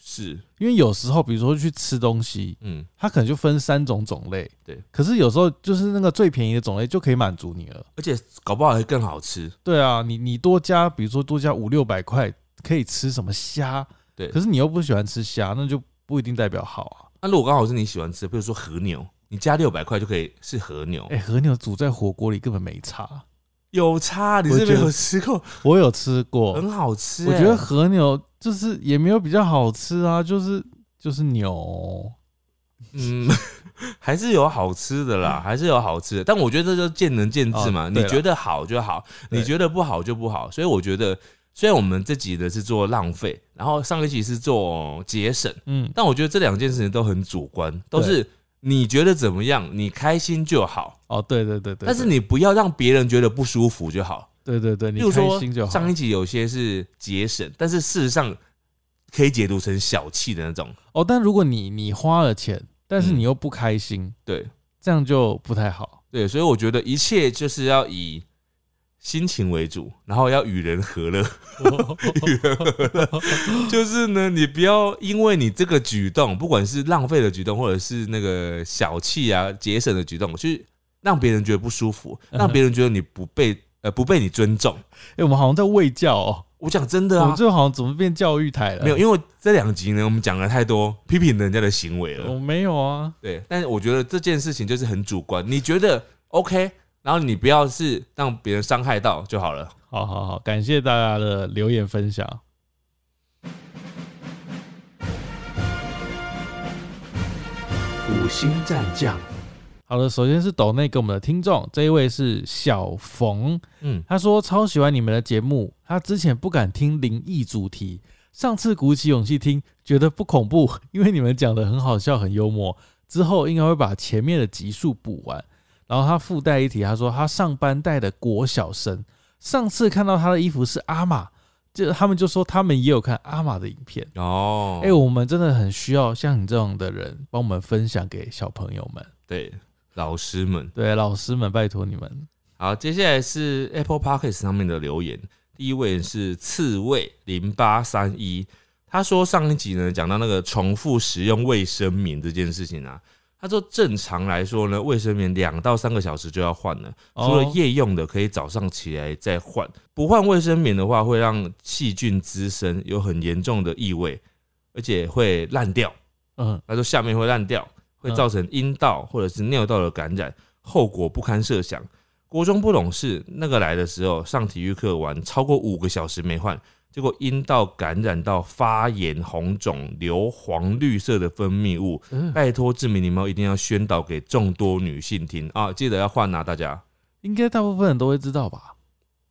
[SPEAKER 2] 是，
[SPEAKER 1] 因为有时候，比如说去吃东西，
[SPEAKER 2] 嗯，
[SPEAKER 1] 它可能就分三种种类，
[SPEAKER 2] 对。
[SPEAKER 1] 可是有时候就是那个最便宜的种类就可以满足你了。
[SPEAKER 2] 而且搞不好还更好吃。
[SPEAKER 1] 对啊，你你多加，比如说多加五六百块，可以吃什么虾？
[SPEAKER 2] 对
[SPEAKER 1] 可是你又不喜欢吃虾，那就不一定代表好啊
[SPEAKER 2] 那、如果刚好是你喜欢吃的，比如说和牛，你加六百块就可以是和牛
[SPEAKER 1] 啊。，哎、和牛煮在火锅里根本没差，
[SPEAKER 2] 有差，你
[SPEAKER 1] 我
[SPEAKER 2] 是没
[SPEAKER 1] 觉得
[SPEAKER 2] 有吃过，
[SPEAKER 1] 我有吃 过，
[SPEAKER 2] 很好吃、
[SPEAKER 1] 我觉得
[SPEAKER 2] 欸
[SPEAKER 1] 和牛就是也没有比较好吃啊，就是就是牛，
[SPEAKER 2] 嗯， 还是有好吃的啦，还是有好吃的。但我觉得这就见仁见智
[SPEAKER 1] 嗯
[SPEAKER 2] 嘛，
[SPEAKER 1] 哦对
[SPEAKER 2] 你
[SPEAKER 1] 啦
[SPEAKER 2] 觉得好就好，
[SPEAKER 1] 对
[SPEAKER 2] 你觉得不好就不好。所以我觉得，虽然我们这集的是做浪费，然后上一集是做节省，
[SPEAKER 1] 嗯，
[SPEAKER 2] 但我觉得这两件事情都很主观，都
[SPEAKER 1] 对
[SPEAKER 2] 是你觉得怎么样，你开心就好。
[SPEAKER 1] 哦，对对对对，
[SPEAKER 2] 但是你不要让别人觉得不舒服就好。
[SPEAKER 1] 对对对，你
[SPEAKER 2] 例如
[SPEAKER 1] 开
[SPEAKER 2] 说
[SPEAKER 1] 心就，好。
[SPEAKER 2] 上一集有些是节省，但是事实上可以解读成小气的那种。
[SPEAKER 1] 哦，但如果你你花了钱，但是
[SPEAKER 2] 嗯
[SPEAKER 1] 你又不开心，
[SPEAKER 2] 对
[SPEAKER 1] 这样就不太 好。
[SPEAKER 2] 对，所以我觉得一切就是要以心情为主，然后要与人和乐。
[SPEAKER 1] 哎
[SPEAKER 2] 与人和乐就是呢，你不要因为你这个举动，不管是浪费的举动，或者是那个小气啊、节省的举动，去让别人觉得不舒服，
[SPEAKER 1] 嗯哼
[SPEAKER 2] 让别人觉得你不被呃不被你尊重。
[SPEAKER 1] 哎、我们好像在喂教哦，
[SPEAKER 2] 我讲真的
[SPEAKER 1] 我
[SPEAKER 2] 啊
[SPEAKER 1] 们，最后好像怎么变教育台了？
[SPEAKER 2] 没有，，因为这两集呢，我们讲了太多批评人家的行为了
[SPEAKER 1] 我。没有啊。
[SPEAKER 2] 对，但是我觉得这件事情就是很主观，你觉得 OK，然后你不要是让别人伤害到就好了。
[SPEAKER 1] 好好好，感谢大家的留言分享。
[SPEAKER 3] 五星战将，
[SPEAKER 1] 好的，首先是抖内给我们的听众，这一位是小冯，
[SPEAKER 2] 嗯，
[SPEAKER 1] 他说超喜欢你们的节目，他之前不敢听灵异主题，上次鼓起勇气听，觉得不恐怖， 因为你们讲的很好笑，很幽默。之后应该会把前面的集数补完。然后他附带一题，他说他上班带的国小生，上次看到他的衣服是阿玛，就他们就说他们也有看阿玛的影片。
[SPEAKER 2] 哦，
[SPEAKER 1] 哎、我们真的很需要像你这样的人帮我们分享给小朋友们，
[SPEAKER 2] 对，老师们，
[SPEAKER 1] 对老师们，拜托你们。
[SPEAKER 2] 好，接下来是 Apple Podcast 上面的留言，第一位是刺猬零八三一，他说上一集呢讲到那个重复使用卫生棉这件事情啊。他说：“正常来说呢，卫生棉两到三个小时就要换了，除了
[SPEAKER 1] 哦
[SPEAKER 2] 夜用的，可以早上起来再换。不换卫生棉的话，会让细菌滋生，有很严重的异味，而且会烂掉。
[SPEAKER 1] 嗯，
[SPEAKER 2] 他说下面会烂掉，会造成阴道或者是尿道的感染，后果不堪设想。国中不懂事，那个来的时候上体育课玩超过五个小时没换，结果阴道感染到发炎、红肿、硫磺绿色的分泌物。
[SPEAKER 1] 嗯
[SPEAKER 2] 拜托志明狸猫一定要宣导给众多女性听啊！记得要换啊，大家。
[SPEAKER 1] 应该大部分人都会知道吧？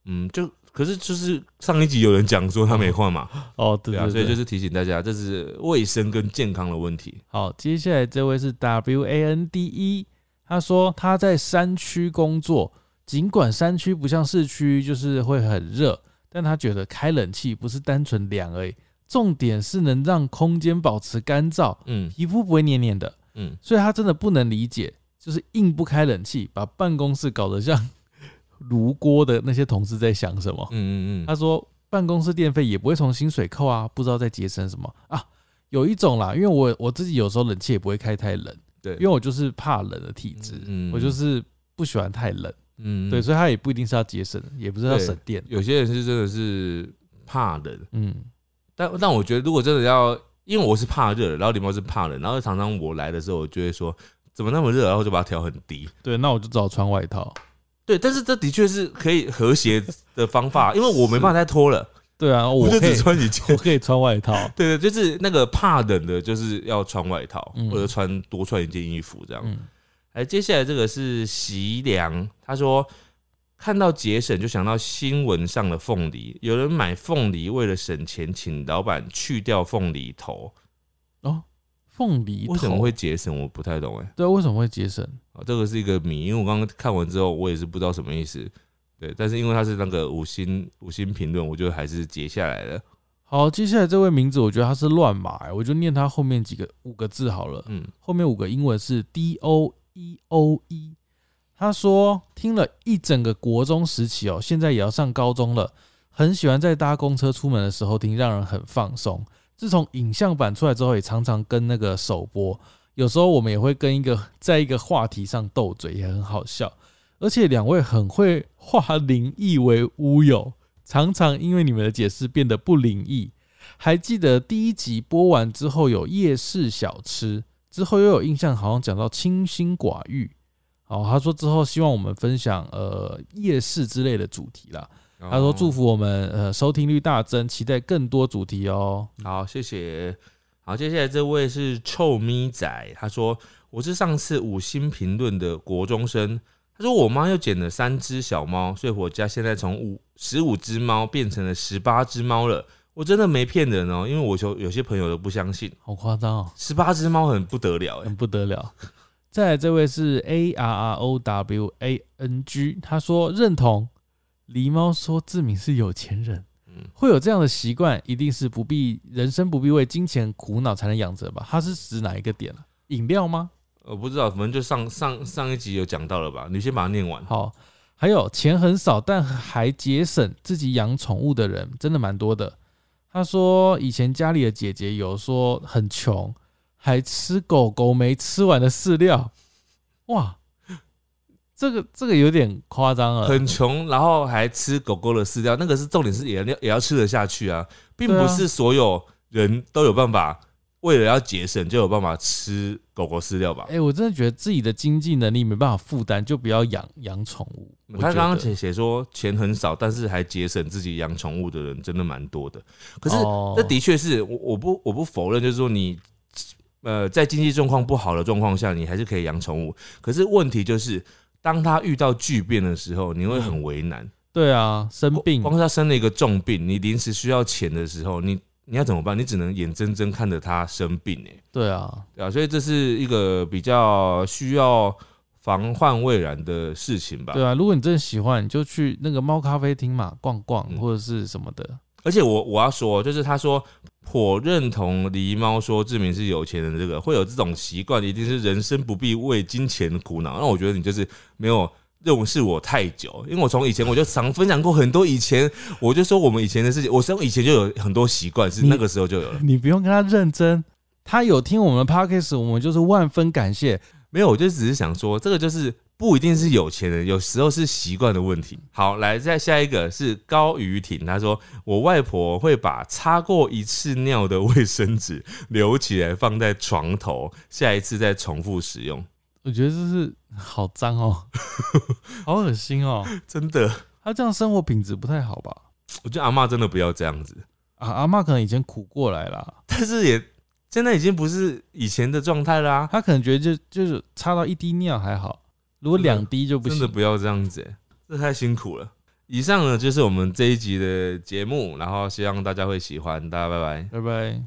[SPEAKER 2] 嗯，就可是就是上一集有人讲说他没换嘛，
[SPEAKER 1] 哦，对
[SPEAKER 2] 对
[SPEAKER 1] 对
[SPEAKER 2] 啊，
[SPEAKER 1] 对
[SPEAKER 2] 所以就是提醒大家，这是卫生跟健康的问题。
[SPEAKER 1] 好，接下来这位是 W A N D E，他说他在山区工作，尽管山区不像市区就是会很热，但他觉得开冷气不是单纯凉而已，重点是能让空间保持干燥，
[SPEAKER 2] 嗯
[SPEAKER 1] 皮肤不会黏黏的，
[SPEAKER 2] 嗯，
[SPEAKER 1] 所以他真的不能理解，就是硬不开冷气，把办公室搞得像 炉锅的那些同事在想什么。
[SPEAKER 2] 嗯嗯嗯，
[SPEAKER 1] 他说办公室电费也不会从薪水扣啊，不知道在节省什么啊。有一种啦，因为我我自己有时候冷气也不会开太冷，
[SPEAKER 2] 对，
[SPEAKER 1] 因为我就是怕冷的体质，
[SPEAKER 2] 嗯
[SPEAKER 1] 我就是不喜欢太冷，
[SPEAKER 2] 嗯
[SPEAKER 1] 对，所以它也不一定是要节省，也不是要省电，
[SPEAKER 2] 有些人是真的是怕冷，
[SPEAKER 1] 嗯，
[SPEAKER 2] 但但我觉得如果真的要，因为我是怕热，然后狸猫是怕冷，然后常常我来的时候，我就会说怎么那么热，然后就把它调很低。
[SPEAKER 1] 对，那我就只好穿外套，
[SPEAKER 2] 对，但是这的确是可以和谐的方法， 因为我没办法再脱了，
[SPEAKER 1] 对 啊，我
[SPEAKER 2] 我就
[SPEAKER 1] 可以
[SPEAKER 2] 只穿一件。
[SPEAKER 1] 我 可以穿外套，
[SPEAKER 2] 对对，就是那个怕冷的，就是要穿外套，
[SPEAKER 1] 嗯
[SPEAKER 2] 或者穿多穿一件衣服这样。
[SPEAKER 1] 嗯，
[SPEAKER 2] 哎，接下来这个是席良，他说看到节省就想到新闻上的凤梨，有人买凤梨为了省钱，请老板去掉凤梨头，
[SPEAKER 1] 哦，凤梨头
[SPEAKER 2] 为什么会节省？我不太懂哎、
[SPEAKER 1] 对啊？为什么会节省？
[SPEAKER 2] 啊，这个是一个谜，因为我刚刚看完之后，我也是不知道什么意思。对，但是因为它是那个五星五星评论，我就还是截下来了。
[SPEAKER 1] 好，接下来这位名字我觉得他是乱码、欸，我就念他后面几个五个字好了，
[SPEAKER 2] 嗯
[SPEAKER 1] 后面五个英文是 D O E O E。他说听了一整个国中时期哦，现在也要上高中了，很喜欢在搭公车出门的时候听，让人很放松。自从影像版出来之后，也常常跟那个首播，有时候我们也会跟一个在一个话题上斗嘴，也很好笑。而且两位很会化灵异为乌有，常常因为你们的解释变得不灵异。还记得第一集播完之后有夜市小吃，之后又有印象，好像讲到清心寡欲。哦，他说之后希望我们分享呃夜市之类的主题啦。他说祝
[SPEAKER 2] 福，
[SPEAKER 1] 福我们呃收听率大增，期待更多主题哦。
[SPEAKER 2] 好，谢谢。好，接下来这位是臭咪仔，他说我是上次五星评论的国中生。他说我妈又捡了三只小猫，所以我家现在从五十五只猫变成了十八只猫了。我真的没骗人哦，因为我有有些朋友都不相信，
[SPEAKER 1] 好夸张哦，
[SPEAKER 2] 十八只猫很不得了哎、
[SPEAKER 1] 很不得了。再来这位是 A R R O W A N G，他说认同狸猫说志敏是有钱人，
[SPEAKER 2] 嗯
[SPEAKER 1] 会有这样的习惯，一定是不必人生不必为金钱苦恼才能养着吧？他是指哪一个点啊？饮料吗？
[SPEAKER 2] 我不知道，反正就上上上一集有讲到了吧？你先把它念完。
[SPEAKER 1] 好，还有钱很少但还节省，自己养宠物的人真的蛮多的。他说以前家里的姐姐有说很穷，还吃狗狗没吃完的饲料，哇，这个这个有点夸张了。
[SPEAKER 2] 很穷，然后还吃狗狗的饲料，那个是重点是也要也要吃得下去啊，并
[SPEAKER 1] 对啊
[SPEAKER 2] 不是所有人都有办法为了要节省就有办法吃狗狗饲料吧
[SPEAKER 1] 哎、。我真的觉得自己的经济能力没办法负担，就不要养养宠物。我
[SPEAKER 2] 他
[SPEAKER 1] 觉
[SPEAKER 2] 刚刚
[SPEAKER 1] 得
[SPEAKER 2] 写写说钱很少，但是还节省自己养宠物的人真的蛮多的。可是
[SPEAKER 1] 哦
[SPEAKER 2] 这的确是我我不我不否认，就是说你呃在经济状况不好的状况下，你还是可以养宠物。可是问题就是，当他遇到巨变的时候，你会很为难。
[SPEAKER 1] 对啊，生病
[SPEAKER 2] 光光是他生了一个重病，你临时需要钱的时候，你你要怎么办？你只能眼睁睁看着他生病、欸，
[SPEAKER 1] 对啊，
[SPEAKER 2] 对啊，所以这是一个比较需要防患未然的事情吧。
[SPEAKER 1] 对啊。如果你真的喜欢，你就去那个猫咖啡厅嘛逛逛，
[SPEAKER 2] 嗯
[SPEAKER 1] 或者是什么的。
[SPEAKER 2] 而且我我要说，就是他说颇认同狸猫说志明是有钱人，这个会有这种习惯，一定是人生不必为金钱苦恼。那我觉得你就是没有。认识我太久，因为我从以前我就常分享过很多以前，我就说我们以前的事情，我从以前就有很多习惯，是
[SPEAKER 1] 你
[SPEAKER 2] 那个时候就有 了。
[SPEAKER 1] 你不用跟他认真，他有听我们的 podcast，我们就是万分感谢。
[SPEAKER 2] 没有，我就只是想说，这个就是不一定是有钱人，有时候是习惯的问题。好，来，再下一个是高雨婷，她说我外婆会把擦过一次尿的卫生纸留起来放在床头，下一次再重复使用。
[SPEAKER 1] 我觉得这是好脏 哦，好恶心哦。
[SPEAKER 2] 真的，
[SPEAKER 1] 他这样生活品质不太好吧？
[SPEAKER 2] 我觉得阿嬷真的不要这样子，
[SPEAKER 1] 啊，阿嬷可能以前苦过来啦，
[SPEAKER 2] 但是也现在已经不是以前的状态啦、
[SPEAKER 1] 他可能觉得就就是擦到一滴尿还好，如果两滴就不
[SPEAKER 2] 真
[SPEAKER 1] 行
[SPEAKER 2] 的。不要这样子、欸，这太辛苦了。以上呢就是我们这一集的节目，然后希望大家会喜欢，大家拜拜。
[SPEAKER 1] 拜拜。